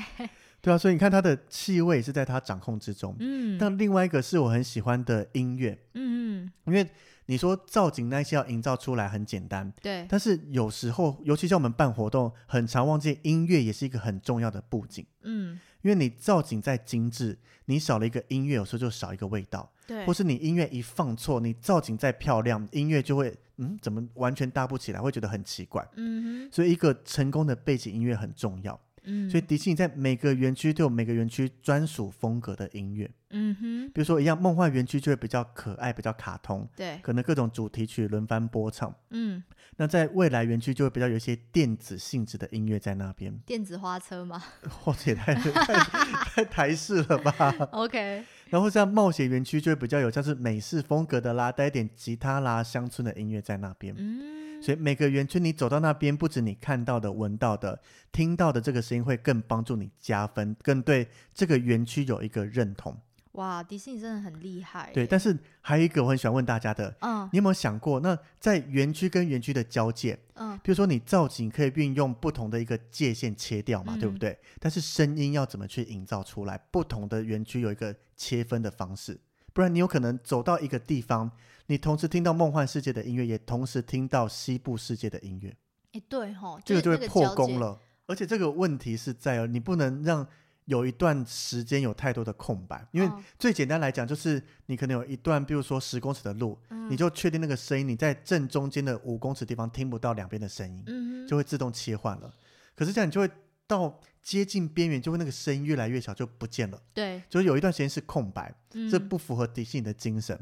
S1: 对啊，所以你看它的气味是在它掌控之中。
S2: 嗯，
S1: 但另外一个是我很喜欢的音乐，
S2: 嗯嗯，
S1: 因为你说造景那些要营造出来很简单，
S2: 对，
S1: 但是有时候，尤其像我们办活动，很常忘记音乐也是一个很重要的布景。
S2: 嗯
S1: 因为你造景再精致，你少了一个音乐，有时候就少一个味道；
S2: 对，
S1: 或是你音乐一放错，你造景再漂亮，音乐就会嗯，怎么完全搭不起来，会觉得很奇怪。
S2: 嗯
S1: 所以，一个成功的背景音乐很重要。
S2: 哼，嗯，
S1: 所以，迪士尼在每个园区都有每个园区专属风格的音乐，
S2: 嗯哼，
S1: 比如说一样，梦幻园区就会比较可爱，比较卡通，
S2: 对，
S1: 可能各种主题曲轮番播唱。
S2: 嗯，
S1: 那在未来园区就会比较有一些电子性质的音乐在那边，
S2: 电子花车嘛
S1: 或者也 太太太台式了吧？
S2: ，OK，
S1: 然后像冒险园区就会比较有像是美式风格的啦，带一点吉他啦、乡村的音乐在那边。
S2: 嗯，
S1: 所以每个园区你走到那边，不止你看到的、闻到的、听到的这个声音会更帮助你加分，更对这个园区有一个认同。
S2: 哇，迪士尼真的很厉害耶，
S1: 对，但是还有一个我很喜欢问大家的，
S2: 嗯
S1: 你有没有想过，那在园区跟园区的交界，
S2: 嗯
S1: 比如说你造景可以运用不同的一个界限切掉嘛，对不
S2: 嗯
S1: 对？但是声音要怎么去营造出来？不同的园区有一个切分的方式，不然你有可能走到一个地方，你同时听到梦幻世界的音乐，也同时听到西部世界的音乐，
S2: 哎，对吼，
S1: 这个就
S2: 就
S1: 会
S2: 是那
S1: 破
S2: 交界
S1: 功。了。而且这个问题是在哦，你不能让有一段时间有太多的空白，因为
S2: 哦
S1: 最简单来讲就是你可能有一段，比如说十公尺的路，你
S2: 嗯
S1: 就确定那个声音，你在正中间的五公尺地方听不到两边的声音。
S2: 嗯
S1: 就
S2: 哼，
S1: 会自动切换了。可是这样你就会到接近边缘，就会那个声音越来越小，就不见了。
S2: 对，
S1: 就是有一段时间是空白，这
S2: 嗯
S1: 不符合迪士尼的精神。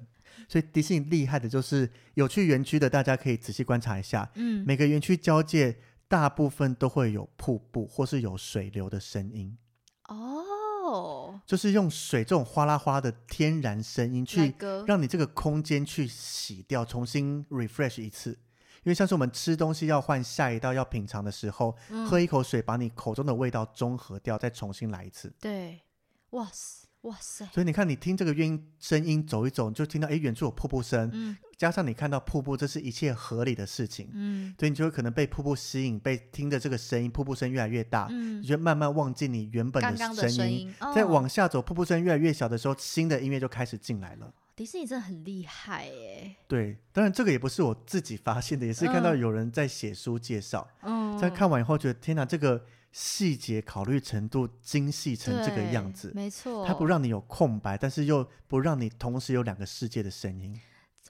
S1: 所以迪士尼厉害的就是有去园区的，大家可以仔细观察一下，
S2: 嗯，
S1: 每个园区交界大部分都会有瀑布或是有水流的声音，
S2: 哦，
S1: 就是用水这种哗啦哗的天然声音
S2: 奶
S1: 去
S2: 哥，
S1: 让你这个空间去洗掉，重新 refresh 一次。因为像是我们吃东西要换下一道要品尝的时候，
S2: 嗯
S1: 喝一口水，把你口中的味道中和掉，再重新来一次。
S2: 对，哇塞，哇塞，
S1: 所以你看，你听这个乐音声音走一走，你就听到诶，远处有瀑布声，
S2: 嗯
S1: 加上你看到瀑布，这是一切合理的事情。
S2: 嗯
S1: 所以你就会可能被瀑布吸引，被听着这个声音，瀑布声越来越大，
S2: 嗯
S1: 你，就慢慢忘记你原啊本
S2: 刚
S1: 的
S2: 刚的声
S1: 音。
S2: 音，哦
S1: 再往下走，瀑布声越来越小的时候，新的音乐就开始进来了。
S2: 迪士尼真的很厉害耶，
S1: 对，当然这个也不是我自己发现的，也是看到
S2: 嗯
S1: 有人在写书介绍，
S2: 嗯，
S1: 在看完以后觉得天哪，这个细节考虑程度精细成这个
S2: 对
S1: 样子，
S2: 没错，
S1: 它不让你有空白，但是又不让你同时有两个世界的声音。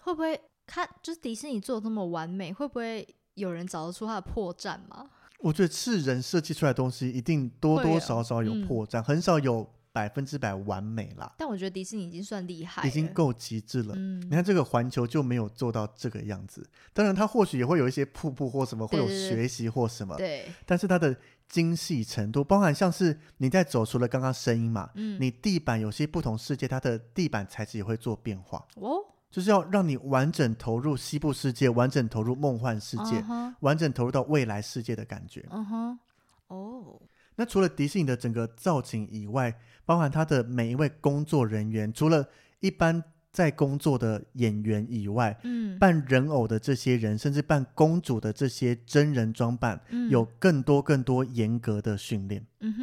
S2: 会不会看就是迪士尼做的这么完美，会不会有人找得出它的破绽吗？
S1: 我觉得是人设计出来的东西，一定多
S2: 会
S1: 多
S2: 有
S1: 少少有
S2: 嗯
S1: 破绽，很少有百分之百完美啦，
S2: 但我觉得迪士尼已经算厉害了，
S1: 已经够极致了。
S2: 嗯
S1: 你，看这个环球就没有做到这个样子，当然它或许也会有一些瀑布或什么，会
S2: 对
S1: 有
S2: 对对
S1: 学习或什么，
S2: 对，
S1: 但是它的精细程度，包含像是你在走，除了刚刚声音嘛，
S2: 嗯，
S1: 你地板有些不同世界，它的地板材质也会做变化，
S2: 哦，
S1: 就是要让你完整投入西部世界，完整投入梦幻世界，
S2: 嗯哼，
S1: 完整投入到未来世界的感觉。
S2: 嗯哼，哦，
S1: 那除了迪士尼的整个造景以外，包含它的每一位工作人员，除了一般在工作的演员以外，
S2: 嗯，
S1: 扮人偶的这些人，甚至扮公主的这些真人装扮，
S2: 嗯
S1: 有，更多更多严格的训练。
S2: 嗯哼，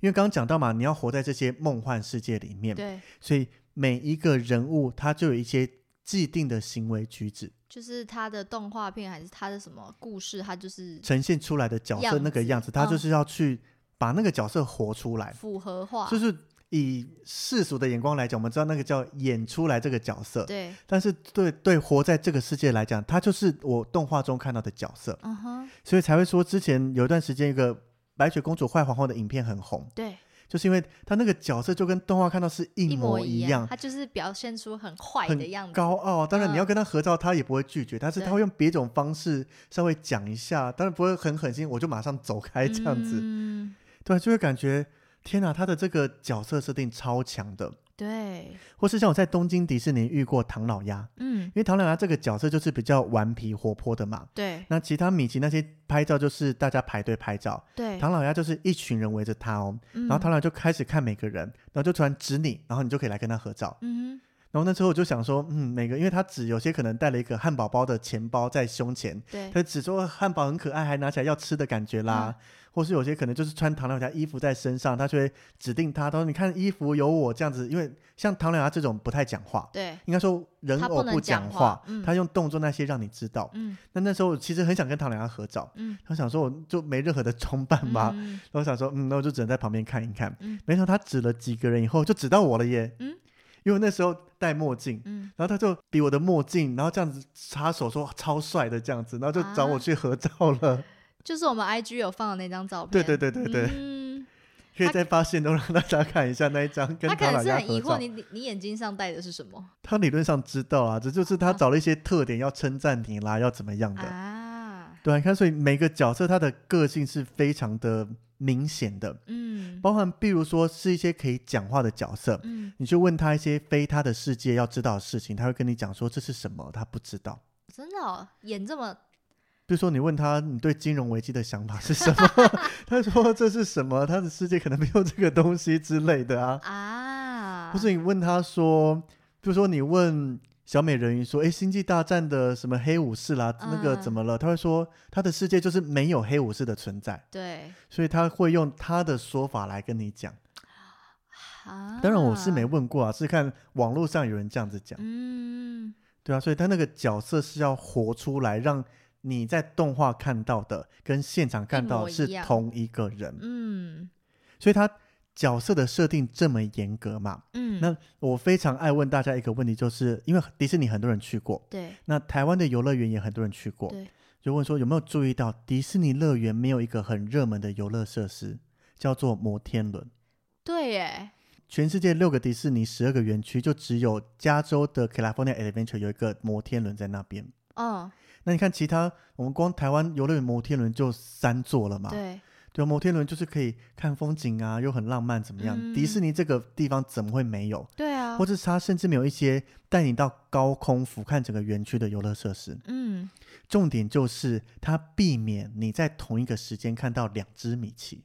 S1: 因为刚刚讲到嘛，你要活在这些梦幻世界里面，
S2: 对，
S1: 所以每一个人物他就有一些既定的行为举止，
S2: 就是他的动画片还是他的什么故事，他就是
S1: 呈现出来的角色
S2: 样
S1: 那个样子，
S2: 子
S1: 他
S2: 嗯
S1: 就是要去把那个角色活出来。
S2: 符合化，
S1: 就是以世俗的眼光来讲，我们知道那个叫演出来这个角色，
S2: 对，
S1: 但是对对活在这个世界来讲，他就是我动画中看到的角色，
S2: 嗯哼，
S1: 所以才会说之前有一段时间一个白雪公主坏皇后的影片很红，
S2: 对，
S1: 就是因为他那个角色就跟动画看到是一
S2: 一
S1: 模
S2: 一
S1: 样，
S2: 他就是表现出很坏的样
S1: 很
S2: 子，
S1: 高傲。当然，你
S2: 嗯
S1: 要跟他合照，他也不会拒绝，但是他
S2: 对
S1: 会用别种方式稍微讲一下，当然不会很狠心，我就马上走开这样子。
S2: 嗯，
S1: 对，就会感觉天哪，他的这个角色设定超强的。
S2: 对，
S1: 或是像我在东京迪士尼遇过唐老鸭，
S2: 嗯
S1: 因，为唐老鸭这个角色就是比较顽皮活泼的嘛。
S2: 对
S1: 那其他米奇那些拍照就是大家排队拍照，
S2: 对，
S1: 唐老鸭就是一群人围着他哦，
S2: 然
S1: 然后唐老鸭就开始看每个人，然后就突然指你，然后你就可以来跟他合照。
S2: 嗯
S1: 然后那时候我就想说，嗯，每个因为他指有些可能带了一个汉堡包的钱包在胸前，
S2: 哼，对
S1: 他，就指说汉堡很可爱，还拿起来要吃的感觉啦，嗯或是有些可能就是穿唐老鸭衣服在身上，他就会指定他，他说你看衣服有我这样子，因为像唐老鸭这种不太讲话，
S2: 对，
S1: 应该说人
S2: 他
S1: 偶
S2: 不能
S1: 讲
S2: 讲
S1: 话
S2: 话，嗯
S1: 他用动作那些让你知道。
S2: 嗯
S1: 那那时候我其实很想跟唐老鸭合照，
S2: 嗯，
S1: 他想说我就没任何的装扮嘛，
S2: 嗯？嗯
S1: 然后我想说嗯，那我就只能在旁边看一看。
S2: 嗯
S1: 没想到他指了几个人以后就指到我了耶，
S2: 嗯
S1: 因为我那时候戴墨镜，
S2: 嗯，
S1: 然后他就比我的墨镜，然后这样子插手说哇超帅的这样子，然后就找我
S2: 啊
S1: 去合照了。
S2: 就是我们 IG 有放的那张照片，
S1: 对对对对对，
S2: 嗯，
S1: 可以
S2: 他
S1: 在发现都让大家看一下那一张跟
S2: 他可
S1: 唐老
S2: 能是
S1: 鸭
S2: 很
S1: 合
S2: 疑惑
S1: 照。
S2: 你你你眼睛上戴的是什么
S1: 他理论上知道啊，这就是他
S2: 啊
S1: 找了一些特点要称赞你啦，要怎么样的。
S2: 啊？
S1: 对啊，你看，所以每个角色他的个性是非常的明显的，
S2: 嗯
S1: 包含比如说是一些可以讲话的角色，
S2: 嗯，
S1: 你去问他一些非他的世界要知道的事情，他会跟你讲说这是什么，他不知道。
S2: 真的哦，演这么
S1: 比如说，你问他你对金融危机的想法是什 么， 他说这是什么，他的世界可能没有这个东西之类的 啊。
S2: 啊？
S1: 或是你问他说，比如说你问小美人鱼说，诶，星际大战的什么黑武士啦，那个怎
S2: 嗯
S1: 么了？他会说他的世界就是没有黑武士的存在，
S2: 对
S1: 所以他会用他的说法来跟你讲。
S2: 啊，
S1: 当然我是没问过啊，是看网络上有人这样子讲，
S2: 嗯，
S1: 对啊，所以他那个角色是要活出来，让你在动画看到的跟现场看
S2: 一
S1: 到
S2: 模
S1: 的
S2: 一
S1: 是
S2: 样
S1: 同一个人，
S2: 嗯
S1: 所以他角色的设定这么严格嘛。
S2: 嗯，
S1: 那我非常爱问大家一个问题，就是因为迪士尼很多人去过，
S2: 对
S1: 那台湾的游乐园也很多人去过，
S2: 对，
S1: 就问说有没有注意到迪士尼乐园没有一个很热门的游乐设施，叫做摩天轮。
S2: 对耶，
S1: 全世界六个迪士尼十二个园区，就只有加州的 California Adventure 有一个摩天轮在那边。
S2: 嗯，
S1: 那你看其他，我们光台湾游乐园摩天轮就三座了嘛？
S2: 对，
S1: 对啊，摩天轮就是可以看风景啊，又很浪漫，怎么样？
S2: 嗯
S1: 迪士尼这个地方怎么会没有？
S2: 对啊
S1: 或，者是它甚至没有一些带你到高空俯瞰整个园区的游乐设施。
S2: 嗯，
S1: 重点就是它避免你在同一个时间看到两只米奇。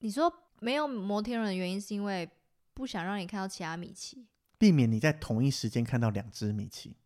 S2: 你说没有摩天轮的原因是因为不想让你看到其他米奇
S1: 避免你在同一时间看到两只米奇，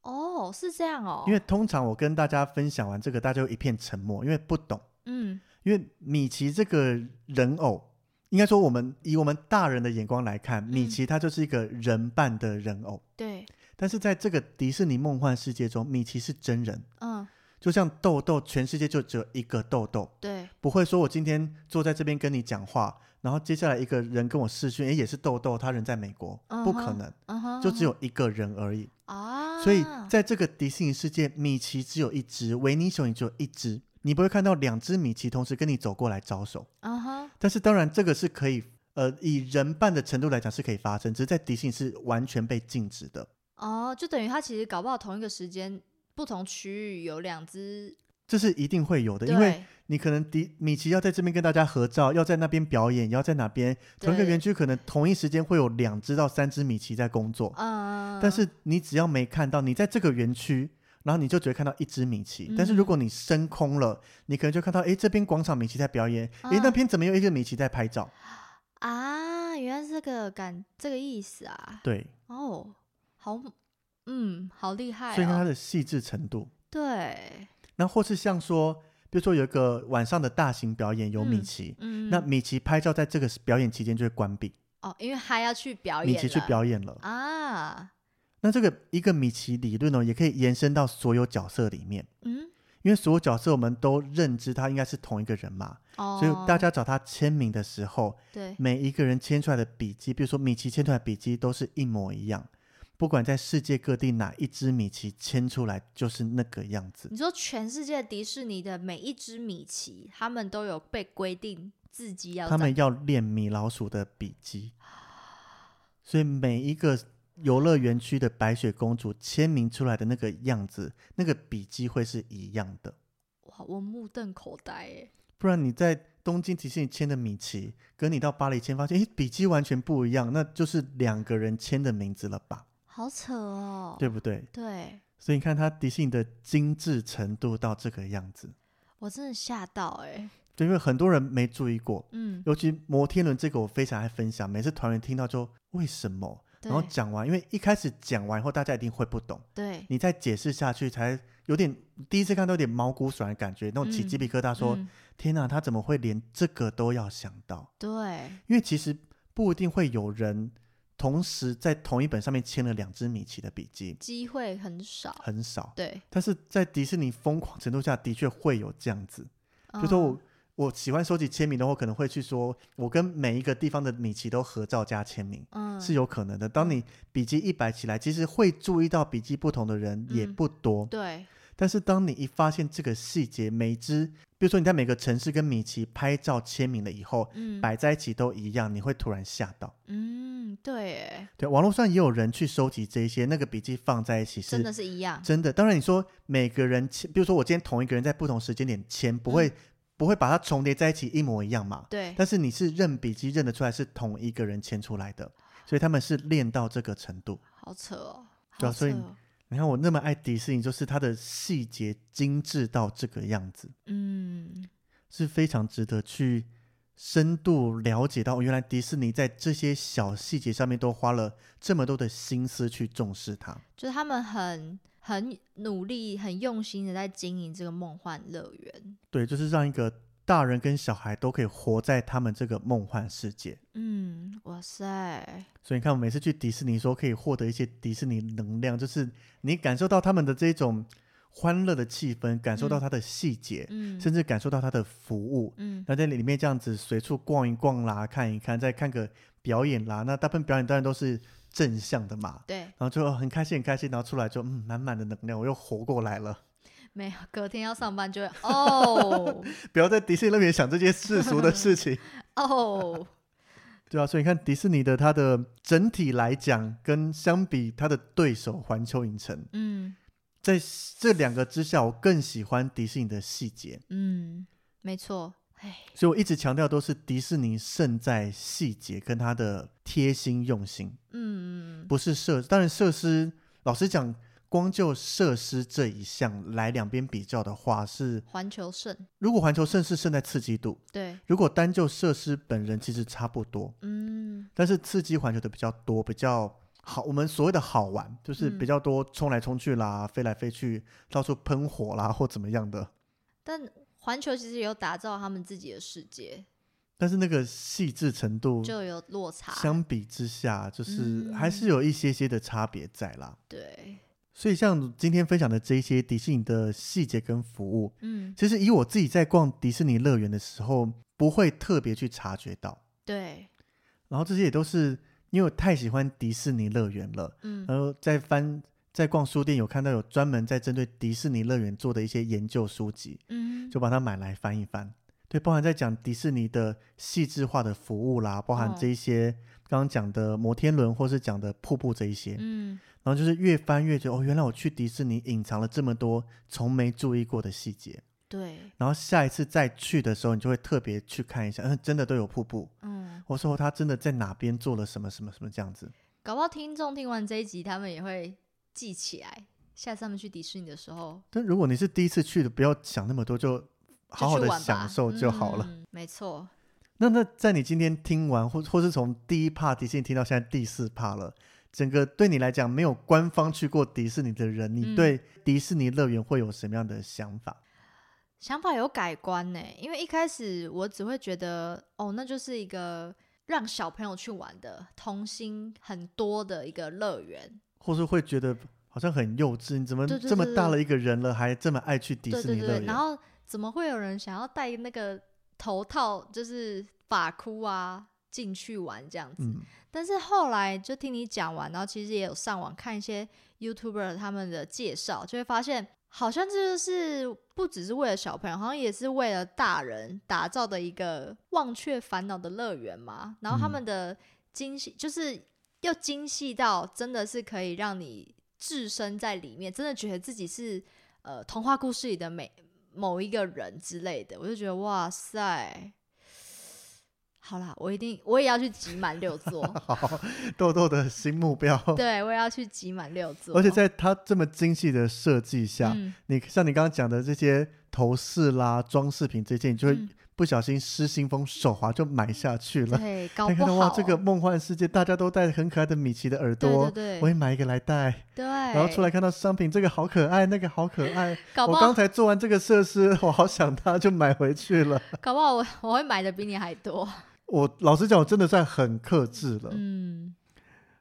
S2: 哦，是这样哦，
S1: 因为通常我跟大家分享完这个，大家就一片沉默，因为不懂。
S2: 嗯
S1: 因为米奇这个人偶，应该说我们以我们大人的眼光来
S2: 嗯
S1: 看，米奇他就是一个人扮的人偶，
S2: 对，
S1: 但是在这个迪士尼梦幻世界中，米奇是真人，
S2: 嗯
S1: 就像豆豆，全世界就只有一个豆豆，
S2: 对，
S1: 不会说我今天坐在这边跟你讲话，然后接下来一个人跟我视讯，诶，也是豆豆，他人在美国，
S2: 嗯哼
S1: 不可能，
S2: 嗯哼，
S1: 就只
S2: 有
S1: 有一个人而已。
S2: 啊，
S1: 所以在这个迪士尼世界，米奇只有一只，维尼熊也只有一只，你不会看到两只米奇同时跟你走过来招手。
S2: 嗯哼，
S1: 但是当然，这个是可以，呃，以人扮的程度来讲是可以发生，只是在迪士尼是完全被禁止的。
S2: 哦，就等于它其实搞不好同一个时间，不同区域有两只，
S1: 这是一定会有的，
S2: 对，
S1: 因为你可能迪米奇要在这边跟大家合照，要在那边表演，也要在哪边同一个
S2: 对
S1: 园区，可能同一时间会有两只到三只米奇在工作。
S2: 嗯，
S1: 但是你只要没看到，你在这个园区，然后你就只会看到一只米
S2: 嗯
S1: 奇。但是如果你升空了，你可能就看到，诶，这边广场米奇在表演，诶，那
S2: 嗯
S1: 边怎么有一个米奇在拍照？
S2: 啊，原来是这个感这个意思啊，
S1: 对，
S2: 哦，好，嗯，好厉害、哦，
S1: 所以看它的细致程度。
S2: 对，
S1: 那或是像说，比如说有一个晚上的大型表演有米
S2: 嗯
S1: 奇，
S2: 嗯，
S1: 那米奇拍照在这个表演期间就会关闭，
S2: 哦，因为他要去表演
S1: 米
S2: 了，
S1: 奇去表演了。
S2: 啊，
S1: 那这个一个米奇理论呢、哦也可以延伸到所有角色里面，
S2: 嗯，
S1: 因为所有角色我们都认知他应该是同一个人嘛，
S2: 哦，
S1: 所以大家找他签名的时候，
S2: 对，
S1: 每一个人签出来的笔记，比如说米奇签出来的笔记都是一模一样，不管在世界各地哪一只米奇签出来就是那个样子
S2: 你。说全世界迪士尼的每一只米奇，他们都有被规定自己要
S1: 他们
S2: 长
S1: 要练米老鼠的笔记，所以每一个游乐园区的白雪公主签名出来的那个样子，那个笔记会是一样的。
S2: 哇，我目瞪口呆耶，
S1: 不然你在东京迪士尼签的米奇，跟你到巴黎签发现，诶，笔迹完全不一样，那就是两个人签的名字了吧？
S2: 好扯哦。
S1: 对不对？
S2: 对
S1: 所以你看它迪士尼的精致程度到这个样子，
S2: 我真的吓到哎、
S1: 就因为很多人没注意过，
S2: 嗯，
S1: 尤其摩天轮这个我非常爱分享，每次团员听到就为什么，
S2: 对嗯
S1: 然后讲完，因为一开始讲完后大家一定会不懂，
S2: 对，
S1: 你再解释下去才有点第一次看到有点毛骨悚然的感觉，那种起
S2: 嗯
S1: 鸡皮疙瘩说，
S2: 嗯
S1: 天哪，他怎么会连这个都要想到？
S2: 对
S1: 因为其实不一定会有人同时在同一本上面签了两只米奇的笔记，
S2: 机会很少，
S1: 很少。
S2: 对，
S1: 但是在迪士尼疯狂程度下，的确会有这样子。就说我、
S2: 嗯
S1: 我喜欢收集签名的话，可能会去说，我跟每一个地方的米奇都合照加签名。
S2: 嗯
S1: 是有可能的。当你笔记一摆起来，其实会注意到笔记不同的人也
S2: 嗯
S1: 不多。
S2: 对
S1: 但是当你一发现这个细节，每只，比如说你在每个城市跟米奇拍照签名了以后，
S2: 嗯
S1: 摆在一起都一样，你会突然吓到。
S2: 嗯对耶，
S1: 对，网络上也有人去收集这些，那个笔记放在一起是
S2: 真的是一样，
S1: 真的当然，你说每个人签，比如说我今天同一个人在不同时间点签，不会、
S2: 嗯
S1: 不会把它重叠在一起一模一样嘛？
S2: 对，
S1: 但是你是认笔记认得出来是同一个人签出来的，所以他们是练到这个程度。
S2: 好扯哦，
S1: 对啊
S2: 好
S1: 所以
S2: 扯哦
S1: 你看我那么爱迪士尼，就是它的细节精致到这个样子，
S2: 嗯
S1: 是非常值得去深度了解到，哦原来迪士尼在这些小细节上面都花了这么多的心思去重视它。
S2: 就是他们很很努力、很用心的在经营这个梦幻乐园。
S1: 对，就是让一个大人跟小孩都可以活在他们这个梦幻世界。
S2: 嗯，哇塞，
S1: 所以你看，我每次去迪士尼的时候，可以获得一些迪士尼能量，就是你感受到他们的这种欢乐的气氛，感受到
S2: 嗯
S1: 它的细节，
S2: 嗯
S1: 甚至感受到它的服务。
S2: 嗯
S1: 那在里面这样子随处逛一逛啦，看一看，再看个表演啦。那大部分表演当然都是正向的嘛，
S2: 对，
S1: 然后就哦很开心很开心，然后出来就嗯满满的能量，我又活过来了。
S2: 没有，隔天要上班就会哦
S1: 不要在迪士尼乐园想这些世俗的事情，
S2: 哦，
S1: 对啊。所以你看迪士尼的它的整体来讲，跟相比它的对手环球影城，
S2: 嗯
S1: 在这两个之下，我更喜欢迪士尼的细节，
S2: 嗯，没错，哎，
S1: 所以我一直强调都是迪士尼胜在细节跟它的贴心用心。
S2: 嗯嗯
S1: 不是设，当然设施，老实讲，光就设施这一项来两边比较的话是，
S2: 嗯，环球胜，
S1: 如果环球盛世胜在刺激度，
S2: 对，
S1: 如果单就设施本人其实差不多，
S2: 嗯
S1: 但是刺激环球的比较多，比较好。我们所谓的好玩，就是
S2: 嗯
S1: 比较多冲来冲去啦，飞来飞去，到处喷火啦或怎么样的。
S2: 但环球其实有打造他们自己的世界，
S1: 但是那个细致程度，
S2: 就有落差，
S1: 相比之下，就是
S2: 嗯
S1: 还是有一些些的差别在啦。
S2: 对，
S1: 所以，像今天分享的这一些迪士尼的细节跟服务，
S2: 嗯
S1: 其实以我自己在逛迪士尼乐园的时候，不会特别去察觉到。
S2: 对，
S1: 然后这些也都是因为我太喜欢迪士尼乐园了，
S2: 嗯
S1: 然后在翻在逛书店有看到有专门在针对迪士尼乐园做的一些研究书籍，
S2: 嗯，
S1: 就把它买来翻一翻。对，包含在讲迪士尼的细致化的服务啦，包含
S2: 哦
S1: 这一些刚刚讲的摩天轮或是讲的瀑布这一些，
S2: 嗯
S1: 然后就是越翻越觉得哦，原来我去迪士尼隐藏了这么多从没注意过的细节。
S2: 对，
S1: 然后下一次再去的时候，你就会特别去看一下， 嗯，真的都有瀑布，
S2: 嗯。
S1: 或说他真的在哪边做了什么什么什么这样子。
S2: 搞不好听众听完这一集，他们也会记起来，下次他们去迪士尼的时候，
S1: 但如果你是第一次去的，不要想那么多，就
S2: 就
S1: 好好
S2: 去
S1: 的
S2: 玩吧
S1: 享受就好了。
S2: 嗯没错，
S1: 那那在你今天听完，或或是从第一趴迪士尼听到现在第四趴了，整个对你来讲没有官方去过迪士尼的人，你
S2: 嗯
S1: 对迪士尼乐园会有什么样的想法？
S2: 想法有改观呢、因为一开始我只会觉得，哦，那就是一个让小朋友去玩的童心很多的一个乐园。
S1: 或是会觉得好像很幼稚，你怎么
S2: 对对
S1: 这么
S2: 对
S1: 大
S2: 对
S1: 了一个人了，还这么爱去迪
S2: 对
S1: 士
S2: 对
S1: 尼乐
S2: 对，
S1: 园？
S2: 然后怎么会有人想要戴那个头套，就是发箍啊进去玩这样子？
S1: 嗯，
S2: 但是后来就听你讲完，然后其实也有上网看一些 YouTuber 他们的介绍，就会发现好像这就是不只是为了小朋友，好像也是为了大人打造的一个忘却烦恼的乐园嘛。然后他
S1: 嗯，
S2: 们的精细、就是又精细到真的是可以让你置身在里面，真的觉得自己是呃童话故事里的美某一个人之类的，我就觉得哇塞，好啦，我一定我也要去集满六座
S1: 好， 豆豆的新目标。
S2: 对我也要去集满六座，
S1: 而且在它这么精细的设计下，
S2: 嗯
S1: 你像你刚刚讲的这些头饰啦、装饰品这些，你就会
S2: 嗯
S1: 不小心失心疯手滑就买下去了。
S2: 对，搞
S1: 你
S2: 不
S1: 看到
S2: 好
S1: 哇，这个梦幻世界大家都戴很可爱的米奇的耳
S2: 对
S1: 朵，
S2: 对哎
S1: 我也
S2: 对，
S1: 买一个来戴。
S2: 对，
S1: 然
S2: 然
S1: 后出来看到商品，这个好可爱，那个好可爱。
S2: 搞不
S1: 我
S2: 好
S1: 刚才做完这个设施，我好想它，就买回去了。
S2: 搞不好我我会买的比你还 多，
S1: 我老实讲，我真的算很克制了。
S2: 嗯，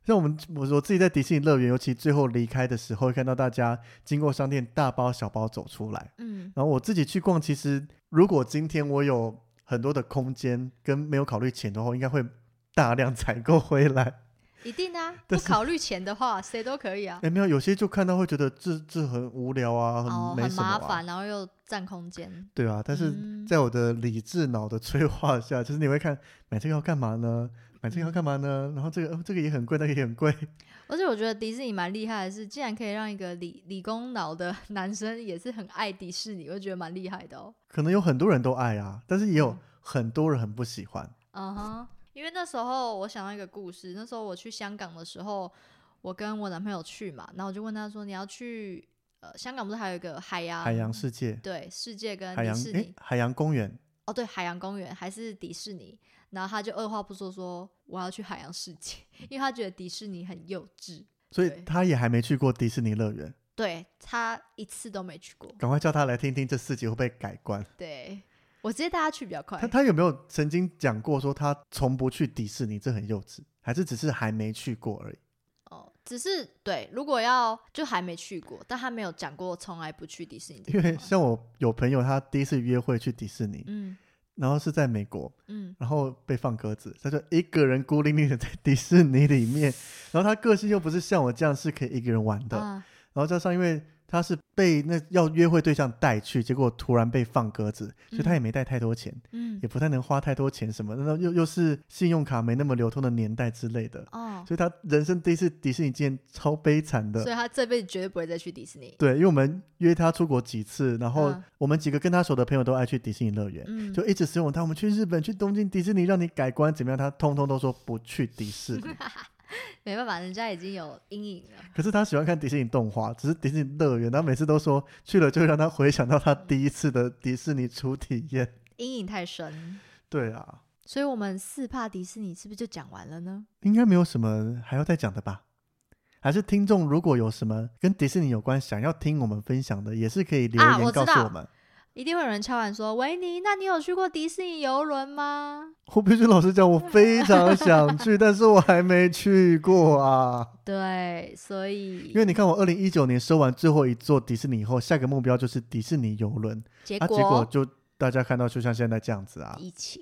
S1: 像我们我我自己在迪士尼乐园，尤其最后离开的时候，会看到大家经过商店大包小包走出来。
S2: 嗯，
S1: 然后我自己去逛，其实如果今天我有很多的空间跟没有考虑钱的话，我应该会大量 采购回来。
S2: 一定的、啊。
S1: 但
S2: 不
S1: 是
S2: 考虑钱的话，谁都可以啊。
S1: 哎，没有，有些就看到会觉得这这 很无聊啊，
S2: 哦，
S1: 没
S2: 很
S1: 什么、
S2: 麻
S1: 啊，
S2: 烦，然后又占空间。
S1: 对啊。但是
S2: 嗯
S1: 在我的理智脑的催化下，就是你会看买这个要干嘛呢？买这个要干嘛呢？然后这个、哦、这个也很贵，那个也很贵。
S2: 而且我觉得迪士尼蛮厉害的是，竟然可以让一个理理工脑的 男生也是很爱迪士尼，我觉得蛮厉害的哦。
S1: 可能有很多人都爱啊，但是也有
S2: 嗯
S1: 很多人很不喜欢。
S2: 嗯哼，因为那时候我想到一个故事，那时候我去香港的时候，我跟我男朋友去嘛，然后我就问他说：“你要去呃香港不是还有一个海洋
S1: 海洋世界，
S2: 对世界跟
S1: 海
S2: 啊迪
S1: 洋
S2: 士
S1: 诶
S2: 尼
S1: 海洋公园，
S2: 哦对海洋公园还是迪士尼？”然后他就二话不说说我要去海洋世界， 因为他觉得迪士尼很幼稚，
S1: 所以
S2: 对
S1: 他也还没去过迪士尼乐园。
S2: 对他一次都没去过。
S1: 赶快叫他来听听这四集会不会改观。
S2: 对我直接带他去比较快
S1: 他。他有没有曾经讲过说他从不去迪士尼，这很幼稚，还是只是还没去过而已？
S2: 哦，只是对，如果要就还没去过，但他没有讲过从来不去迪士尼这
S1: 因
S2: 个地
S1: 为
S2: 方。
S1: 像我有朋友，他第一次约会去迪士尼，
S2: 嗯
S1: 然后是在美国，
S2: 嗯，
S1: 然后被放鸽子，他就一个人孤零零的在迪士尼里 面，然后他个性又不是像我这样是可以一个人玩的，
S2: 啊，
S1: 然后加上因为他是被那要约会对象带去，结果突然被放鸽子，所以他也没带太多钱，
S2: 嗯
S1: 也不太能花太多钱什么的，然后又又是信用卡没那么流通的年代之类的，
S2: 哦，
S1: 所以他人生第一次迪士尼见超悲惨
S2: 所以
S1: 的。
S2: 他这辈子绝对不会再去迪士尼。
S1: 对，因为我们约他出国几次，然后
S2: 嗯
S1: 我们几个跟他熟的朋友都爱去迪士尼乐园，
S2: 嗯，
S1: 就一直怂恿他，我们去日本、去东京迪士尼，让你改观怎么样？他通通都说不去迪士 尼。
S2: 没办法，人家已经有阴影了。
S1: 可是他喜欢看迪士尼动画，只是迪士尼乐园，他每次都说去了就会让他回想到他第一次的迪士尼初体验。
S2: 阴影太深，
S1: 对啊，
S2: 所以我们四怕迪士尼是不是就讲完了呢？
S1: 应该没有什么还要再讲的吧？还是听众如果有什么跟迪士尼有关，想要听我们分享的，也是可以留
S2: 啊
S1: 言
S2: 我知
S1: 告
S2: 道
S1: 诉我们。
S2: 一定会有人敲碗说：“维尼，那你有去过迪士尼游轮吗
S1: 我必须老实 讲，我非常想去，但是我还没去过啊。？”
S2: 对，所以
S1: 因为你看，我二零一九年收完最后一座迪士尼以后，下个目标就是迪士尼游轮，
S2: 结
S1: 啊，结果就大家看到就像现在这样子啊。
S2: 疫情，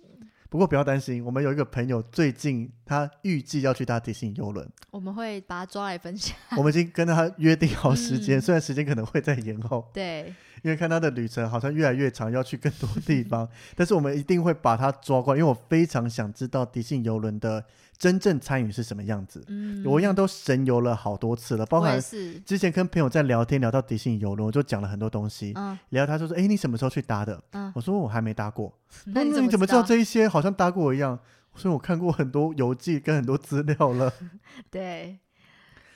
S1: 不过不要担心，我们有一个朋友最近他预计要去搭迪士尼游 轮，
S2: 我们会把它抓来分享。
S1: 我们已经跟他约定好时间，
S2: 嗯
S1: 虽然时间可能会再延后，
S2: 对，
S1: 因为看他的旅程好像越来越长，要去更多地方，但是我们一定会把他抓过来，因为我非常想知道迪士尼游轮的真正参与是什么样子。
S2: 嗯，
S1: 我一样都神游了好多次了，包
S2: 我也
S1: 含嗯
S2: 是，
S1: 之前跟朋友在聊天，聊到迪士尼游轮，我就讲了很多东西。
S2: 嗯
S1: 聊他就说：“哎、你什么时候去搭的？”
S2: 嗯，
S1: 我说：“我还没搭过。”
S2: 那
S1: 嗯
S2: 你
S1: 那
S2: 怎
S1: 你
S2: 么
S1: 怎么知道？这一些好像搭过一样？所以我看过很多游记跟很多资料 了。
S2: 对，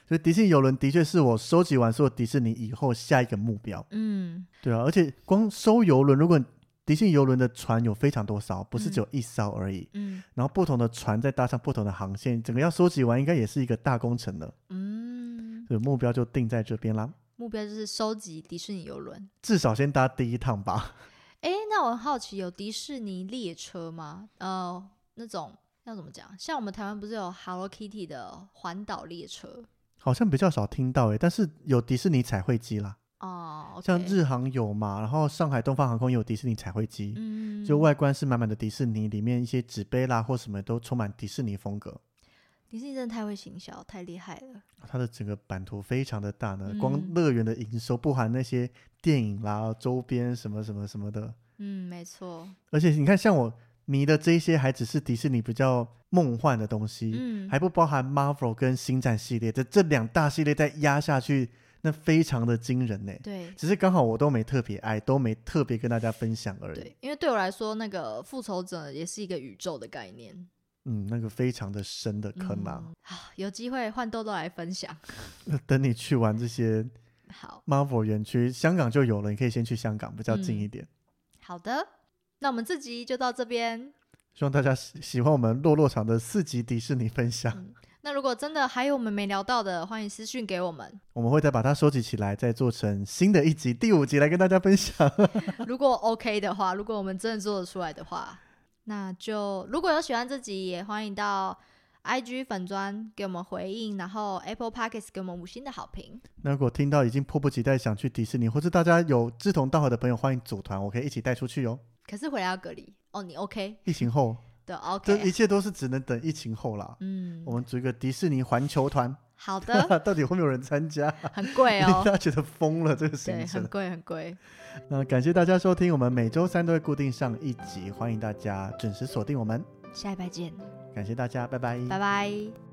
S1: 所以迪士尼游轮的确是我收集完所有迪士尼以后下一个目标。
S2: 嗯，
S1: 对啊，而且光收游轮，如果迪士尼游轮的船有非常多艘，不是只有一艘而已。
S2: 嗯
S1: 然后不同的船再搭上不同的航线，整个要收集完应该也是一个大工程了。
S2: 嗯，
S1: 所以目标就定在这边啦，
S2: 目标就是收集迪士尼游轮。
S1: 至少先搭第一趟吧。
S2: 诶，那我很好奇，有迪士尼列车吗？呃，那种要怎么讲？像我们台湾不是有 Hello Kitty 的环岛列车
S1: 好像比较少听到诶、欸但是有迪士尼彩绘机啦，
S2: 哦，OK，
S1: 像日航有嘛，然后上海东方航空也有迪士尼彩绘机。
S2: 嗯，
S1: 就外观是满满的迪士尼，里面一些纸杯啦或什么都充满迪士尼风格。
S2: 迪士尼真的太会行销，太厉害了。
S1: 它的整个版图非常的大呢，光
S2: 嗯
S1: 乐园的营收不含那些电影啦、周边什么什么什么的。
S2: 嗯，没错，
S1: 而且你看，像我迷的这一些，还只是迪士尼比较梦幻的东西，
S2: 嗯
S1: 还不包含 Marvel 跟星战系列。这这两大系列再压下去，那非常的惊人呢、
S2: 对
S1: 只是刚好我都没特别爱，都没特别跟大家分享而已。
S2: 对，因为对我来说，那个复仇者也是一个宇宙的概念。
S1: 嗯，那个非常的深的坑啊！
S2: 嗯啊，有机会换豆豆来分享。 嗯
S1: 等你去完这些
S2: 好
S1: Marvel 园区，香港就有了，你可以先去香港，比较
S2: 嗯
S1: 近一点。
S2: 好的，那我们这集就到这边。
S1: 希望大家喜喜欢我们落落场的四集迪士尼分享，
S2: 嗯那如果真的还有我们没聊到的，欢迎私讯给我们。
S1: 我们会再把它收集起来，再做成新的一集，第五集来跟大家分享。
S2: 如果 OK 的话，如果我们真的做得出来的话，那就如果有喜欢这集，也欢迎到 IG 粉砖给我们回应，然后 Apple Podcasts 给我们五星的好评。
S1: 那如果听到已经迫不及待想去迪士尼，或是大家有志同道合的朋友，欢迎组团，我可以一起带出去哦。
S2: 可是回来要隔离哦，你 OK
S1: 疫情后，
S2: 的
S1: 这
S2: OK，
S1: 一切都是只能等疫情后啦。
S2: 嗯
S1: 我，们组一个迪士尼环球团，
S2: 好的，
S1: 到底会不会有人参 加？
S2: 很贵 哦
S1: 大，家觉得疯了这个行
S2: 对， 很
S1: 程。
S2: 贵很贵。
S1: 那感谢大家收听，我们每周三都会固定上一集，欢迎大家准时锁定我们。
S2: 下一拜见，
S1: 感谢大家，拜拜。
S2: 拜拜。